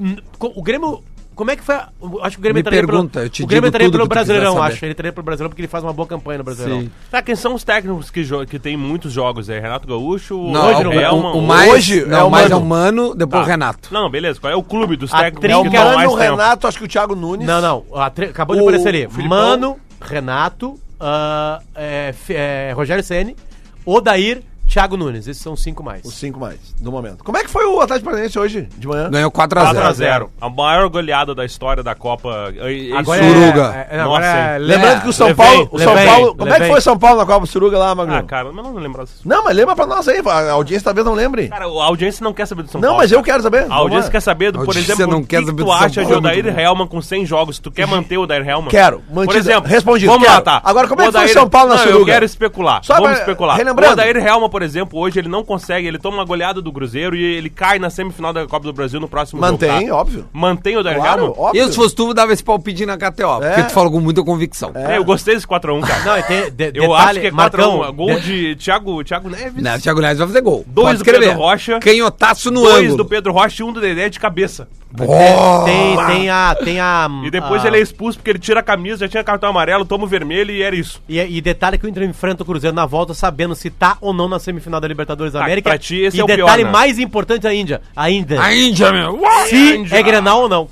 E: Hum, co- O Grêmio. Como é que foi? a- o- Acho que o Grêmio
A: Me
E: entraria
A: pergunta,
E: pelo,
A: eu te
E: o Grêmio
A: digo
E: entraria
A: tudo
E: pelo
A: que tu quiser
E: Brasileirão,
A: saber.
E: acho. Ele entraria pelo Brasileirão porque ele faz uma boa campanha no Brasileirão.
A: Sim.
C: Tá, quem são os técnicos que, jo- que tem muitos jogos aí? Renato Gaúcho?
A: Não,
C: hoje
A: o,
C: não
A: o-
C: é
A: o,
C: uma-
A: mais,
B: hoje
A: não,
B: é o
A: o mais é
B: Mano.
A: o Mano, depois o
C: Tá.
A: Renato.
C: Não, beleza. Qual é o clube dos
E: A
C: técnicos
E: trinca-
C: que
E: Não,
C: estão
B: Mano,
C: mais tempo?
B: Renato, acho que o Thiago Nunes.
E: Não, não. a tre- Acabou de
B: O
E: aparecer ali.
B: Filipão.
E: Mano, Renato, ah, é, F- é, Rogério Ceni, Odair, Thiago Nunes. Esses são cinco mais.
B: Os cinco mais, do momento. Como é que foi o Atlético Paranaense hoje, de manhã?
A: Ganhou
C: 4 a
A: 4x0.
C: 0 A maior goleada da história da Copa. e- e
E: Agora
C: isso-
A: Suruga.
E: É, é, agora
C: Nossa,
E: é-
C: hein?
B: Lembrando
A: É,
B: que o São
C: levei,
B: Paulo. O São
E: levei,
B: Paulo como é que
E: levei.
B: foi o São Paulo na Copa Suruga lá, Magno?
C: Ah, cara, mas eu não lembro. disso.
B: Não, mas lembra pra nós aí, a audiência talvez não lembre.
C: Cara, a audiência não quer saber do São
B: não,
C: Paulo.
B: mas eu quero saber.
C: A audiência é quer saber, do,
A: A
C: por
A: audiência
C: exemplo,
A: não
C: o
A: quer
C: que, que
A: saber do
C: tu
A: São
C: acha de
A: Paulo,
C: Odair
A: muito bom.
C: Helman com 100 jogos. Tu quer manter o Odair Helman?
B: Uhum. Quero,
C: Por
B: mantido,
C: exemplo,
B: respondido,
C: vamos lá,
B: quero.
C: tá.
B: Agora, como é que
C: O Odair-
B: foi São Paulo na
C: não, Eu
B: Suruga?
C: quero especular.
B: Só
C: vamos
B: pra-
C: especular.
B: relembrando.
C: O Odair Helman, por exemplo, hoje ele não consegue, ele toma uma goleada do Cruzeiro e ele cai na semifinal da Copa do Brasil no próximo jogo.
B: Mantém,
C: tá?
B: óbvio.
C: Mantém o Odair
B: Claro,
C: Helman?
B: óbvio.
A: Eu, se fosse tu, dava esse palpite na KTO, porque
B: É.
A: tu falou com muita convicção.
C: É, eu gostei desse 4x1, cara.
E: Não, e tem de-
C: Eu acho que é 4x1.
E: Marcão,
B: né?
C: Gol
E: de-
C: de Thiago, Thiago Neves.
A: Não, o Thiago Neves vai fazer gol.
C: Dois
A: Pode
C: do Pedro
A: escrever.
C: Rocha.
A: Canhotaço no
C: dois
A: ângulo.
C: do Pedro Rocha e um do Dedé de cabeça.
A: Boa!
E: Tem, tem a. Tem a
C: E depois
E: a-
B: Ah.
C: ele é expulso porque ele tira a camisa, já tinha cartão amarelo, toma o vermelho e era isso.
E: E, e detalhe que o Inter enfrenta o Cruzeiro na volta sabendo se tá ou não na semifinal da Libertadores da
C: Ah,
E: América.
C: pra ti esse
E: e
C: é o
E: detalhe
C: pior, né?
E: mais importante é ainda, ainda,
A: A Índia, meu.
E: se é Grenal ou não.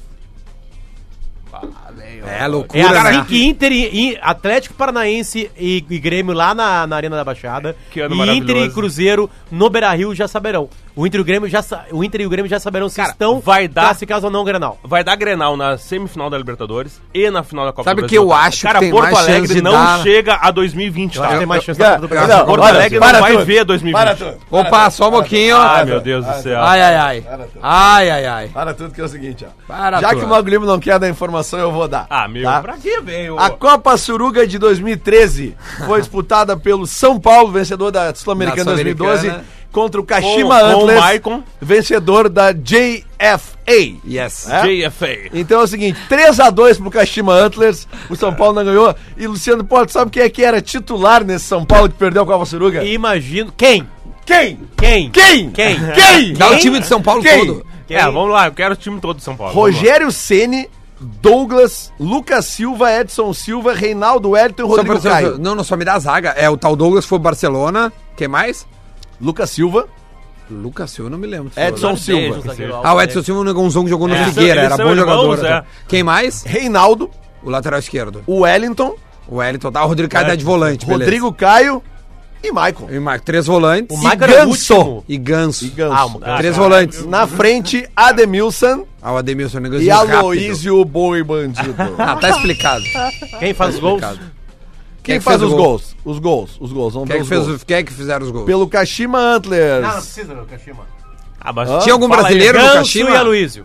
A: É
E: É
A: loucura,
E: assim
A: né?
E: que Inter e, e Atlético Paranaense e, e Grêmio lá na, na Arena da Baixada
C: Que ano
E: e Inter e
C: maravilhoso.
E: Cruzeiro no Beira-Rio já saberão. O Inter e o Grêmio já sa- o Inter e o Grêmio já saberão se
C: Cara,
B: Então,
E: estão
C: vai dar-
B: tá
E: classificados ou não Grenal.
C: Vai dar Grenal na semifinal da Libertadores e na final da Copa
A: Sabe
C: do
A: que
C: Brasil.
A: eu acho que
C: Cara,
A: tem
C: Porto
A: mais chance
C: Alegre
A: de
C: não
A: dar-
C: chega a 2020,
E: Acho que
C: tá?
E: tem mais chance
B: eu-
E: da Copa do Brasil.
B: Não,
C: Porto
B: olha,
C: Alegre
B: para
C: não vai
B: tudo.
C: ver 2020.
B: Para tudo.
A: Opa, só um pouquinho.
C: Ai, meu Deus do céu.
A: Ai, ai, ai. Ai, ai, ai.
B: Para tudo, que é o seguinte, ó.
A: Para
B: Já
A: tudo.
B: que o Mago Lima não quer dar informação, eu vou dar.
C: Ah, meu,
B: tá?
C: pra que veio?
B: A Copa Suruga de 2013 foi disputada pelo São Paulo, vencedor da Sul-Americana
A: Da
B: 2012,
A: Sul-Americana.
B: contra o
C: Com- com
B: Kashima
C: o
B: Antlers,
C: Maicon.
B: vencedor da JFA.
A: Yes.
B: É?
C: JFA.
B: Então é o seguinte, 3x2 pro Kashima Antlers, o São Paulo não ganhou. E Luciano Porto, sabe quem é que era titular nesse São Paulo que perdeu a Copa Suruga?
E: Imagino quem?
B: Quem?
E: Quem?
B: Quem?
E: Quem?
B: Quem?
A: Dá o time de São Paulo
B: Quem?
A: todo.
E: Quem?
C: É, vamos lá, eu quero o time todo de São Paulo. vamos lá.
B: Rogério Ceni, Douglas, Lucas Silva, Edson Silva, Reinaldo Wellington e
A: Só
B: Rodrigo
A: pra-
B: Caio.
A: Não, não, só me dá a zaga. É, o tal Douglas foi pro Barcelona. Quem mais?
B: Lucas Silva,
A: Lucas, eu não me lembro.
B: Edson Silva,
A: Ah, o Edson Silva não jogou um jogo, jogou no
C: É,
A: Figueira,
C: eles
A: era
C: são
A: bom
C: irmãos,
A: jogador.
C: é.
A: tá? Quem mais?
B: Reinaldo,
A: O lateral esquerdo.
B: o Wellington,
A: O Wellington, tá? O Rodrigo Caio tá de volante, beleza.
B: Rodrigo Caio e Maicon.
A: E Marco, três volantes.
E: O
A: E
E: Magro é o
A: Ganso.
E: último.
A: E Ganso.
B: E Ganso.
E: Ah, uma-
A: Três volantes.
B: um Na frente, Ademilson
A: Ah, o Ademilson negócio
B: e Aloísio Boi Bandido.
A: Ah, tá explicado.
E: Quem faz os gols?
B: Quem
A: é que
B: faz
A: fez o
B: os
A: gol?
B: gols? Os gols, os gols. Vamos
A: Quem é
B: ver
A: que,
B: os
A: fez,
B: gols.
A: o- quem é que fizeram os gols?
B: Pelo Kashima Antlers.
E: precisa, Kashima.
C: Ah, mas
A: Tinha um- algum
C: Fala aí,
A: brasileiro no
E: Ganso e
A: Kashima?
E: Aloysio.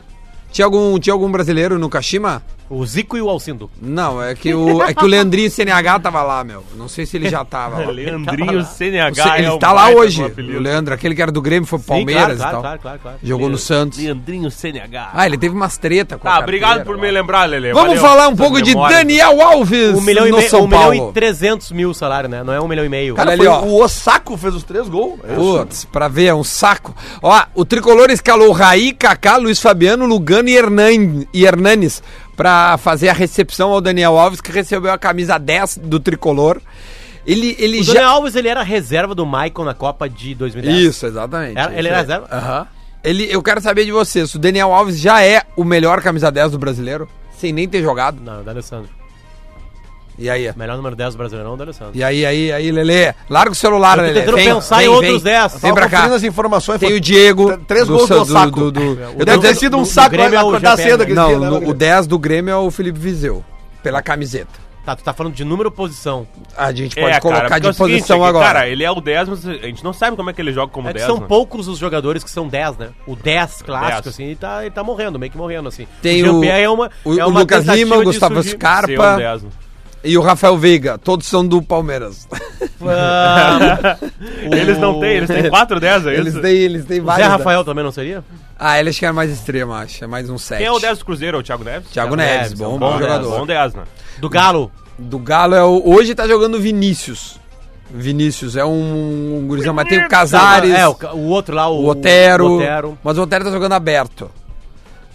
A: Tinha algum, tinha algum brasileiro no Kashima?
E: O Zico e o Alcindo.
A: Não, é que o, é que o Leandrinho CNH tava lá, meu. Não sei se ele já tava. lá.
C: Leandrinho
A: Tá, O C-
C: CNH.
A: ele
C: é o
A: tá lá
C: baita do
A: hoje.
C: apelido.
A: O Leandro, aquele que era do Grêmio, foi pro Palmeiras
E: claro,
A: e tal.
E: claro, claro, claro.
A: então. Jogou no Santos.
C: Leandrinho CNH.
A: Ah, ele teve umas treta com a
C: Tá, obrigado
A: carteira,
C: por
A: ó.
C: me lembrar, Lele.
A: Vamos
C: Valeu.
A: falar um
C: Essas
A: pouco de
C: memórias.
A: Daniel Alves
E: Um milhão, e,
A: no
E: meio,
A: São
E: um
A: Paulo.
E: milhão e 300 mil o salário, né? Não é um milhão e meio.
A: Cara, ali,
B: Foi
A: ó.
B: O Osako fez os três gols. É isso.
A: Putz, pra ver, é um saco. Ó, o tricolor escalou Raí, Kaká, Luiz Fabiano, Lugano e, Hernan, e Hernanes pra fazer a recepção ao Daniel Alves, que recebeu a camisa 10 do tricolor. Ele, ele
E: o
A: já.
E: Daniel Alves ele era reserva do Michael na Copa de 2010.
A: Isso, é. exatamente.
E: Era- ele
A: Isso
E: era
A: aí.
E: reserva?
A: Aham. Ele, eu quero saber de você, se o Daniel Alves já é o melhor camisa 10 do brasileiro, sem nem ter jogado.
E: Não, da Alessandro.
A: E aí?
E: Melhor número 10 do Brasileirão, da Alessandro.
A: E aí, aí, aí, Lelê, larga o celular,
E: Eu tô
A: Lelê.
E: tentando pensar em outros 10.
A: Vem pra cá.
B: as informações.
A: Tem
B: foi-
A: o Diego.
B: T- Três gols
A: Sa-
B: do saco.
A: eu
B: Deve
A: tô
B: ter
A: dizendo-
B: sido
E: no-
B: um
E: no
B: saco
E: Grêmio
B: pra
E: é o
B: acordar
E: Japé,
B: cedo
E: né?
B: aquele
A: Não,
B: dia, né,
A: no-
B: Rodrigo?
A: o 10 do Grêmio é o Felipe Viseu, pela camiseta.
E: Tá, tu tá falando de número ou posição.
A: A gente
C: É,
A: pode
C: cara,
A: colocar
C: porque é
A: de
C: o seguinte,
A: posição
C: é que,
A: agora.
C: Cara, ele é o 10, mas a gente não sabe como é que ele joga como
E: É que
C: 10.
E: são
C: né?
E: poucos os jogadores que são 10, né? O 10 clássico,
C: 10.
E: assim, ele tá, ele tá morrendo, meio que morrendo, assim.
A: Tem o-
E: Jean-Pierre é uma,
A: o-
E: é
A: o
E: uma
A: Lucas
E: tentativa
A: Lima, o
E: de
A: Gustavo
E: surgir-
A: Scar-
C: Ser
A: Carpa.
C: um 10, né?
A: E o Rafael Veiga, todos são do Palmeiras.
E: Ah, o-
C: Eles não têm, eles têm 4 10, é
A: eles
C: isso?
A: têm, eles têm
E: o Zé
A: vários. né?
E: Rafael também não seria?
A: Ah, ele acho que é mais extrema, acho. É mais um 7.
C: Quem é o 10 do Cruzeiro? É O Thiago Neves?
A: Thiago
E: Thiago
A: Neves,
E: Neves, é
A: bom,
E: um
A: bom
E: bom
A: jogador.
C: Bom 10, né?
E: Do Galo.
A: Do Galo é o. Hoje tá jogando o Vinícius. Vinícius é um, um gurizão, mas tem o Casares,
E: É, o, ca- o outro lá, o,
A: o, Otero,
E: o Otero.
A: Mas o Otero tá jogando aberto.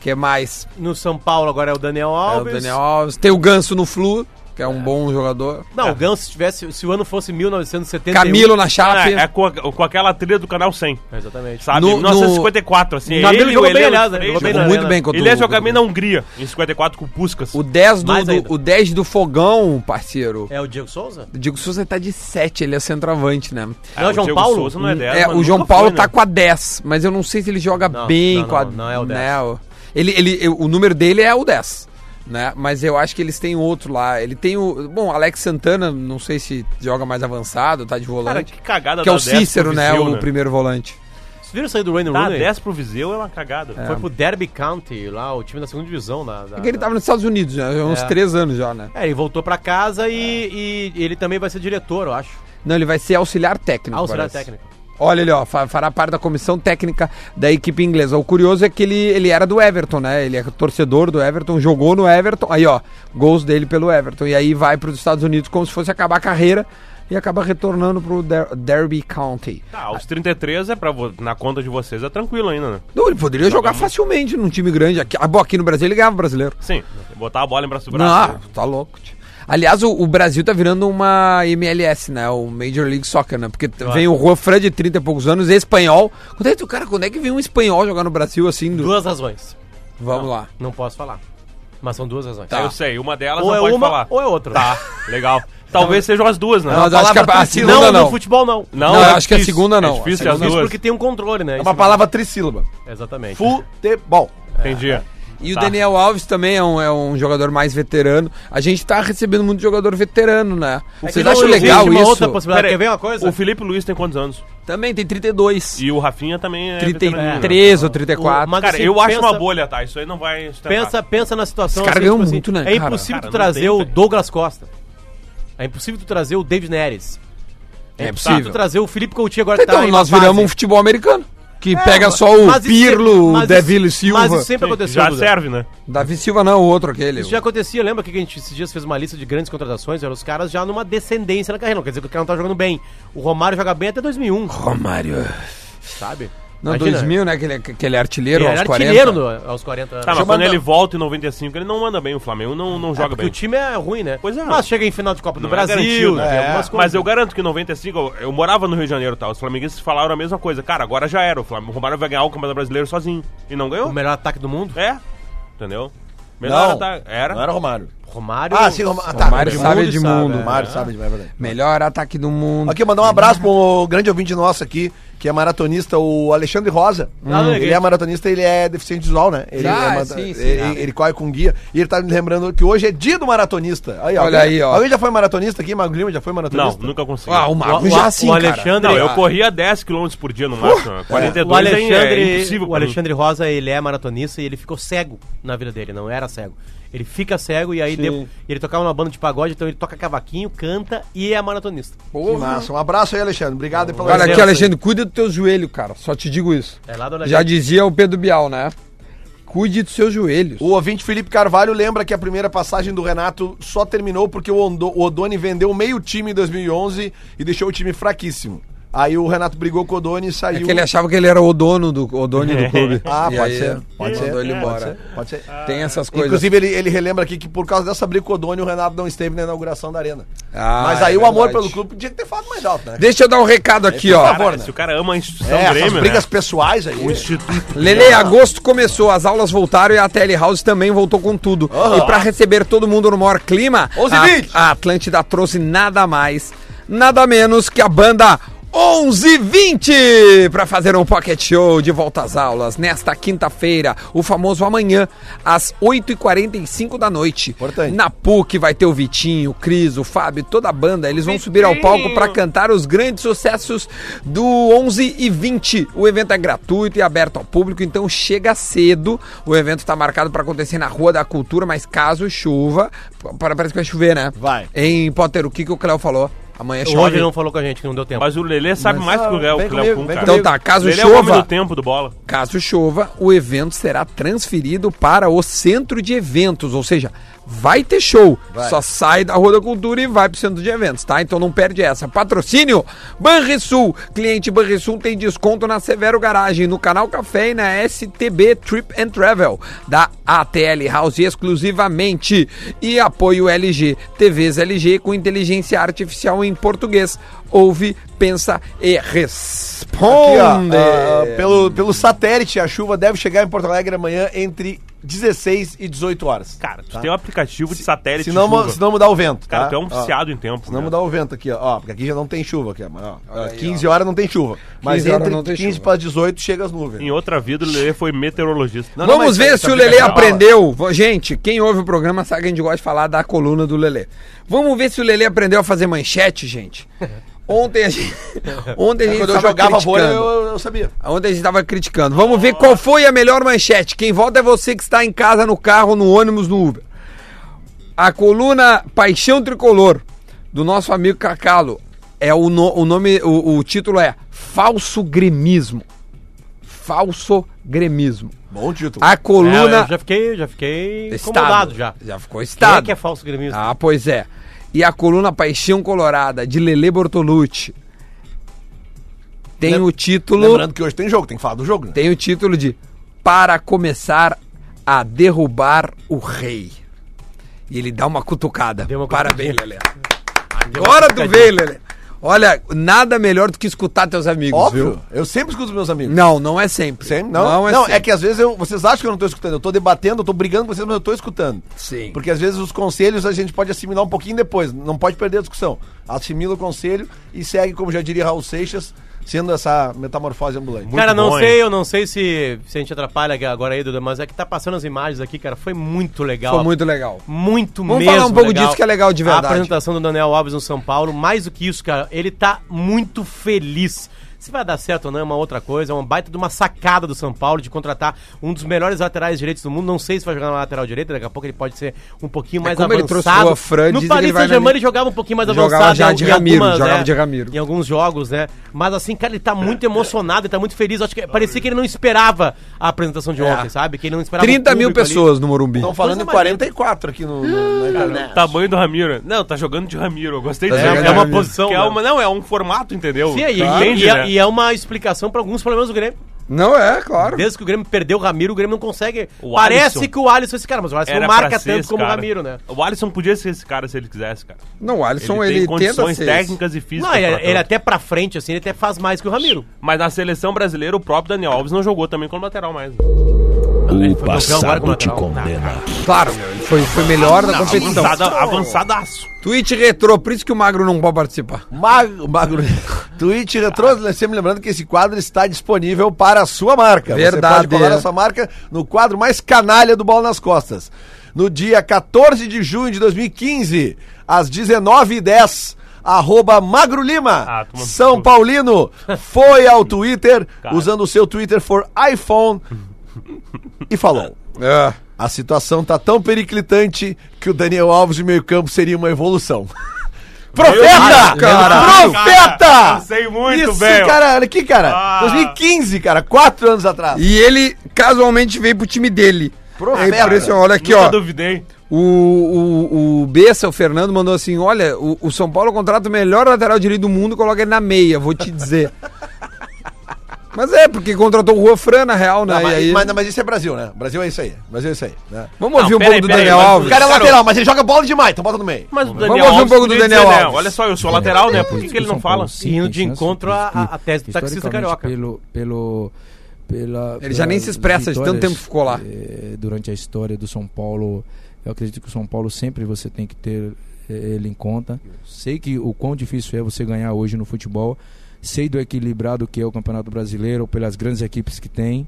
A: que mais?
E: No São Paulo agora é o Daniel
A: É o
E: Alves.
A: Daniel Alves. Tem o Ganso no Flu, que é um bom jogador.
E: Não, o Ganso, se, tivesse, se o ano fosse 1971.
A: é. Camilo na
C: Ah,
A: Chape.
C: é com, a- com aquela trilha do canal 100.
E: Exatamente.
C: Sabe?
A: No- no-
C: 1954, assim.
E: Camilo
C: e
E: jogou bem,
C: Heleno
E: aliás, né?
C: Freixo.
E: Jogou bem
A: Jogou
E: na
A: muito
E: arena.
A: bem contra
C: Ele ia
A: o-
C: jogar bem na Hungria, em 54, com o Puskas.
A: O 10 do,
E: Mais
A: do-
E: ainda.
A: o 10 do Fogão, parceiro.
E: É o Diego Souza?
A: O Diego Souza tá de 7, ele é centroavante, né?
E: Não, João
C: Diego
E: Paulo?
C: Souza não é 10,
A: É,
C: mas
A: o João
C: nunca foi,
A: Paulo
C: né?
A: tá com a 10, mas eu não sei se ele joga
E: Não,
A: bem
E: não, não,
A: com a
E: não é o 10.
A: né, o- ele, ele, eu- o número dele é o 10, né? Mas eu acho que eles têm outro lá. Ele tem o. Bom, Alex Santana, não sei se joga mais avançado, tá de
C: Cara,
A: volante.
C: que cagada
A: que é o
C: dar 10 pro
A: Cícero, né?
C: Viseu,
A: O primeiro volante.
E: Vocês viram sair do Wayne
C: Dar
A: né?
E: Rooney?
C: 10 Tá pro Viseu é uma cagada.
E: Foi pro Derby County, lá, o time da segunda divisão. Na, da-
A: É que ele tava nos Estados Unidos, né? Uns
E: É.
A: três anos já, né?
E: É, ele voltou pra casa e, e ele também vai ser diretor, eu acho.
A: Não, ele vai ser auxiliar técnico.
E: Ah, auxiliar
A: parece.
E: técnico.
A: Olha ele, ó, fa- fará parte da comissão técnica da equipe inglesa. O curioso é que ele, ele era do Everton, né? Ele é torcedor do Everton, jogou no Everton. Aí, ó, gols dele pelo Everton. E aí vai para os Estados Unidos como se fosse acabar a carreira e acaba retornando pro Der Derby County.
C: Tá, os 33 é pra vo- na conta de vocês é tranquilo ainda, né?
A: Não, ele poderia jogar facilmente num time grande. Aqui, ah, bom, aqui no Brasil ele ganhava o brasileiro.
C: Sim, botar a bola em braço do braço.
E: Ah.
A: Não, tá louco. tio. Aliás, o, o Brasil tá virando uma MLS, né? O Major League Soccer, né? Porque t- vem o Juan Fran de 30 e poucos anos, espanhol. Quando é que, cara, quando é que vem um espanhol jogar no Brasil assim? do-
E: Duas razões.
A: Vamos lá.
E: Não posso falar. Mas são duas razões.
A: Tá.
C: Eu sei, uma delas
E: Ou
C: não
E: é
C: pode
E: uma
C: falar.
E: ou é outra.
C: Tá, legal. Talvez sejam as duas, né?
A: Não, eu acho que a, a segunda
E: Não,
A: não.
E: no futebol não.
A: Não, eu
C: é
A: acho que a
C: difícil,
A: segunda não.
C: É difícil
A: A
C: as
E: Isso
C: duas.
E: porque tem um controle,
B: É
E: né? Isso
B: uma palavra trissílaba.
E: Exatamente.
B: Futebol.
C: Entendi.
A: É. E o
C: Tá.
A: Daniel Alves também é um, é um jogador mais veterano. A gente tá recebendo muito jogador veterano, né?
E: É que
A: Vocês
E: não
A: acham
E: existe
A: legal
E: uma
A: isso?
E: outra possibilidade.
C: Pera aí,
E: Quer ver uma coisa?
C: O Felipe Luiz tem quantos anos?
A: Também tem 32.
C: E o Rafinha também é veteraninho, né?
A: 33 ou 34.
E: O- mas-
C: Cara,
E: Assim,
C: eu acho
E: pensa-
C: uma bolha, tá? Isso aí não vai... sustentar.
E: Pensa, pensa na situação.
A: Esse cara ganhou muito, né,
E: É
A: cara?
E: impossível
C: Cara,
E: tu
C: não
E: trazer
C: tem,
E: o
C: velho.
E: Douglas Costa. É impossível tu trazer o David Neres.
A: É
E: Tá, tu
A: possível.
E: trazer o Felipe Coutinho agora que
A: Então,
E: aí na
A: nós viramos um
E: tá fase. É,
A: futebol americano. Que pega
E: mas-
A: só o
E: mas isso se-
A: Pirlo,
E: mas
A: o
E: isso-
A: Deville
E: Mas
A: Silva.
E: isso sempre aconteceu.
C: Já
E: Duda.
C: serve, né?
A: Davi Silva não, o outro aquele.
E: Isso já acontecia, lembra que a gente esses dias fez uma lista de grandes contratações, eram os caras já numa descendência na carreira, não quer dizer que o cara não tá jogando bem. O Romário joga bem até 2001,
A: Romário.
E: sabe?
A: Não,
E: Imagina,
A: 2000, né? Aquele, aquele artilheiro
E: Ele
A: aos
E: era
A: 40.
E: artilheiro no- aos 40 anos.
C: Tá, mas
E: É
C: quando ele volta em 95, ele não manda bem o Flamengo, não, não joga
E: porque o
C: bem.
E: time é ruim, né?
C: Pois é.
E: Mas chega em final de Copa do
C: Não é
E: Brasil,
C: garantido, né?
E: tem
C: É.
E: algumas coisas.
C: Mas eu garanto que em 95, eu, eu morava no Rio de Janeiro, tá? Os flamenguistas falaram a mesma coisa. Cara, agora já era. O, Flamengo, o Romário vai ganhar o Campeonato Brasileiro sozinho. E não ganhou?
E: O melhor ataque do mundo?
C: É. Entendeu?
B: Não,
C: ata- era.
B: Não era Romário.
E: Romário.
B: Ah, sim, Romário. Tá,
A: Romário sabe
E: mundo
A: de
E: sabe,
A: mundo.
E: é.
B: Romário, sabe demais, é verdade.
A: Melhor ataque do mundo.
B: Aqui, mandar um abraço para um grande ouvinte nosso aqui, que é maratonista, o Alexandre Rosa.
A: Hum.
E: Ah,
B: Ele é maratonista, ele é deficiente visual, né? Ele,
A: Ah,
B: é mara-
A: sim, sim.
B: ele,
A: Ah.
B: ele corre com guia. E ele tá me lembrando que hoje é dia do maratonista. Aí,
A: Olha
B: alguém-
A: aí, ó.
B: Alguém já foi maratonista aqui? Mago Lima já foi
C: Não,
B: maratonista?
C: nunca consegui.
A: Ah, o Mago
E: O-
A: já
E: o-
A: sim,
E: o
A: cara.
E: Alexandre-
C: Não, eu corria 10 km por dia no máximo. né? 42
E: O Alexandre,
C: é impossível.
E: o
C: pra mim.
E: Alexandre Rosa, ele é maratonista e ele ficou cego na vida dele, não era cego. Ele fica cego e aí deu- ele tocava numa banda de pagode, então ele toca cavaquinho, canta e é maratonista.
B: Que massa. Um abraço aí, Alexandre. Obrigado aí pela
A: Olha aqui,
B: presença.
A: Alexandre, cuida do teu joelho, cara. Só te digo isso.
E: É lá do
A: Já dizia o Pedro Bial, né? Cuide dos seus joelhos.
B: O ouvinte Felipe Carvalho lembra que a primeira passagem do Renato só terminou porque o Ondo- o Odoni vendeu meio time em 2011 e deixou o time fraquíssimo. Aí o Renato brigou com o Doni e saiu.
A: É que ele achava que ele era o dono do, o dono
E: É.
A: do clube.
B: Ah,
A: E
B: pode
A: aí
B: ser. Pode ser. É,
A: Mandou ele embora.
B: Pode ser. pode ser. Ah,
A: Tem essas coisas.
B: Inclusive, ele, ele relembra aqui que por causa dessa briga com o Doni, o Renato não esteve na inauguração da arena.
A: Ah,
B: Mas
A: é
B: aí o amor
A: verdade.
B: pelo clube podia ter falado mais alto, né?
A: Deixa eu dar um recado aqui,
B: por
A: ó.
B: favor,
C: Se o cara ama a instituição
B: É, essas
C: Grêmio,
B: brigas
C: né?
B: pessoais aí.
C: O instituto.
A: Lele, agosto começou, as aulas voltaram e a Telehouse também voltou com tudo.
B: Aham.
A: E pra receber todo mundo no maior clima,
B: 11
A: a-
B: vinte.
A: a, Atlântida trouxe nada mais, nada menos que a banda 1120 para fazer um pocket show de volta às aulas nesta quinta-feira, o famoso amanhã, às 8h45 da noite. Na PUC vai ter o Vitinho, o Cris, o Fábio, toda a banda. Eles vão subir ao palco para cantar os grandes sucessos do 11 e 20. O evento é gratuito e aberto ao público, então chega cedo. O evento está marcado para acontecer na Rua da Cultura, mas caso chova, para- parece que vai chover, né? Vai. Em Potter, o que, que o Cléo falou? Amanhã
E: Hoje
A: chove.
E: ele não falou com a gente, que não deu tempo.
C: Mas o Lelê sabe
A: Mas-
C: mais que o Léo
A: Vem
C: que o Léo
A: comigo,
C: Kuhn,
A: vem
C: cara.
A: comigo. Então tá, caso
C: Lelê é o homem
A: chova.
C: do tempo do bola.
A: Caso chova, o evento será transferido para o centro de eventos, ou seja, vai ter show.
L: Vai.
A: Só sai da Rua da Cultura e vai pro centro de eventos, tá? Então não perde essa. Patrocínio Banrisul. Cliente Banrisul tem desconto na Severo Garagem, no Canal Café e na STB Trip and Travel, da ATL House exclusivamente. E apoio LG, TVs LG com inteligência artificial em português. Ouve, pensa e responde.
B: Aqui, ó, ah, pelo, pelo satélite, a chuva deve chegar em Porto Alegre amanhã entre 16 e 18 horas. Cara,
C: Tu tem um aplicativo de satélite
B: se não,
C: de
B: mu-
C: chuva.
B: se não mudar o vento. tá?
C: Cara, tu é um
B: Ó,
C: viciado em tempo,
B: Se não
C: né?
B: mudar o vento aqui, ó. ó, Porque aqui já não tem chuva. Aqui, ó, ó,
C: Olha aí,
B: 15 horas não tem chuva. Mas
C: 15 horas
B: entre
C: não tem
B: 15 para 18 chega as nuvens.
C: Em outra vida, o Lelê foi meteorologista.
A: Vamos ver se o Lelê
B: tá
A: aprendeu. Vo- Gente, quem ouve o programa sabe que a gente gosta de falar da coluna do Lelê. Vamos ver se o Lelê aprendeu a fazer manchete, gente. Ontem a gente. Ontem a gente
B: É, Quando eu
A: tava
B: jogava vôlei,
A: criticando.
B: eu, eu sabia.
A: Ontem a gente tava criticando. Vamos ver qual foi a melhor manchete. Quem volta é você que está em casa, no carro, no ônibus, no Uber. A coluna Paixão Tricolor, do nosso amigo Cacalo, é o, no- o nome, o, o título é Falso Gremismo. Falso Gremismo.
B: Bom título.
A: A coluna.
E: É, eu já fiquei, já fiquei
A: Estado.
E: incomodado já.
A: Já ficou
E: Quem é
A: estado.
E: que é falso gremista?
A: Ah, pois é. E a coluna Paixão Colorada, de Lele Bortolucci, tem
B: Lem-
A: o título...
B: Lembrando que hoje tem jogo, tem que falar do jogo, né?
A: Tem o título de Para Começar a Derrubar o Rei. E ele dá uma cutucada. Parabéns, Lele.
E: Ah,
A: Agora tu veio, Lele. Olha, nada melhor do que escutar teus amigos,
B: Óbvio.
A: viu?
B: Eu sempre escuto os meus amigos.
A: Não, não é sempre.
B: Sempre? Não, não,
A: Não
B: é,
A: é sempre.
B: que às vezes eu, vocês acham que eu não tô escutando. Eu tô debatendo, eu tô brigando com vocês, mas eu tô escutando.
A: Sim.
B: Porque às vezes os conselhos a gente pode assimilar um pouquinho depois. Não pode perder a discussão. Assimila o conselho e segue, como já diria Raul Seixas, sendo essa metamorfose ambulante.
E: cara, não sei, eu não sei se, se a gente atrapalha agora aí, Duda, mas é que tá passando as imagens aqui, cara. Foi muito legal.
A: Foi muito legal.
E: Muito
A: Vamos
E: mesmo.
A: falar um pouco disso que é legal de
E: A
A: verdade.
E: apresentação do Daniel Alves no São Paulo, mais do que isso, cara, ele tá muito feliz. Se vai dar certo ou não é uma outra coisa, é uma baita de uma sacada do São Paulo de contratar um dos melhores laterais direitos do mundo. Não sei se vai jogar na lateral direita, daqui a pouco ele pode ser um pouquinho mais
A: É como ele
E: avançado.
A: trouxe o Fran, dizem
E: no
A: que
E: Paris
A: ele vai na
E: Saint-Germain
A: linha-
E: ele jogava um pouquinho mais
A: Jogava
E: avançado.
A: já
E: em-
A: de
E: em
A: Ramiro, jogava
E: né,
A: de Ramiro.
E: em alguns jogos, né? Mas assim, cara, ele tá muito emocionado, ele tá muito feliz. Eu Acho que parecia que ele não esperava a apresentação de
A: É.
E: ontem, sabe? Que ele não esperava o
A: 30 mil
E: público ali.
A: pessoas no Morumbi.
B: Estão falando em
E: Coisa maneira.
B: 44 aqui no, no- na internet.
C: Tamanho do Ramiro. Não, tá jogando de Ramiro. Eu gostei
E: Tá
C: disso.
E: jogando de Ramiro.
C: Que é uma, não, é um formato, entendeu?
E: Sim, e,
C: Claro.
E: e-
C: Entende,
E: e é,
C: né?
E: e é uma explicação para alguns problemas do Grêmio.
A: Não é, claro.
E: Desde que o Grêmio perdeu o Ramiro, o Grêmio não consegue.
C: O
E: Parece
C: Alisson.
E: que o Alisson é esse cara, mas o Alisson não
C: pra
E: marca
C: ser
E: tanto
C: esse
E: como o
C: cara.
E: Ramiro, né?
C: O Alisson podia ser esse cara se ele quisesse, cara.
A: Não, o Alisson,
C: tem
A: ele tenta
C: condições
A: ser
C: técnicas e físicas.
E: Não, ele,
C: pra
E: ele
C: tanto.
E: até pra frente, assim, ele até faz mais que o Ramiro.
C: Mas na seleção brasileira, o próprio Daniel Alves não jogou também como lateral mais. Ele foi campeão agora como lateral.
A: Claro, meu, ele foi, foi melhor da competição.
C: Avançada, avançadaço.
A: Tweet retrô, por isso que o Magro não pode participar.
B: Magro, magro. Twitch Retrô, sempre lembrando que esse quadro está disponível para a sua marca.
A: Verdade,
B: Você pode colar
A: é.
B: a sua marca no quadro mais canalha do Bola nas Costas. No dia 14 de junho de 2015, às 19h10, arroba Magro Lima, São Paulino, foi ao Twitter, usando o seu Twitter for iPhone, e falou.
A: É.
B: A situação tá tão periclitante que o Daniel Alves de meio campo seria uma evolução. Profeta!
C: Deus, cara.
B: Profeta!
C: Cara, eu sei muito
B: Isso,
C: bem.
B: cara, olha aqui, cara.
A: Ah.
B: 2015, cara, quatro anos atrás.
A: E ele casualmente veio pro time dele.
B: Profeta.
A: É impressionante. Olha aqui,
C: Nunca
A: ó.
C: duvidei.
A: O, o, o Bessa, o Fernando, mandou assim: olha, o, o São Paulo contrata o melhor lateral direito do mundo, coloca ele na meia, vou te dizer. mas é, porque contratou o Juan Fran, na real, né?
B: Não, mas,
A: e aí...
B: mas, mas isso é Brasil, né? Brasil é isso aí. Brasil é isso aí. né?
A: Vamos ouvir
C: Não,
A: um
C: pera
A: pouco
C: aí,
A: do
C: pera aí,
A: Daniel
C: mas-
A: Alves.
B: O cara é
C: Cara,
B: lateral, mas ele joga bola demais, então bota no meio.
C: Mas o
A: Daniel ouvir um Alves pouco do podia Daniel dizer, né, Alves.
C: Olha só, eu sou lateral,
E: É,
C: né? Por que, que ele não fala?
E: Indo de encontro à- à tese do taxista carioca.
L: Pelo, pelo, pela,
A: Ele já nem se expressa de tanto
L: vitórias,
A: tempo que ficou lá.
L: eh, durante a história do São Paulo, eu acredito que o São Paulo sempre você tem que ter eh, ele em conta. Sei que o quão difícil é você ganhar hoje no futebol. Sei do equilibrado que é o Campeonato Brasileiro, pelas grandes equipes que tem.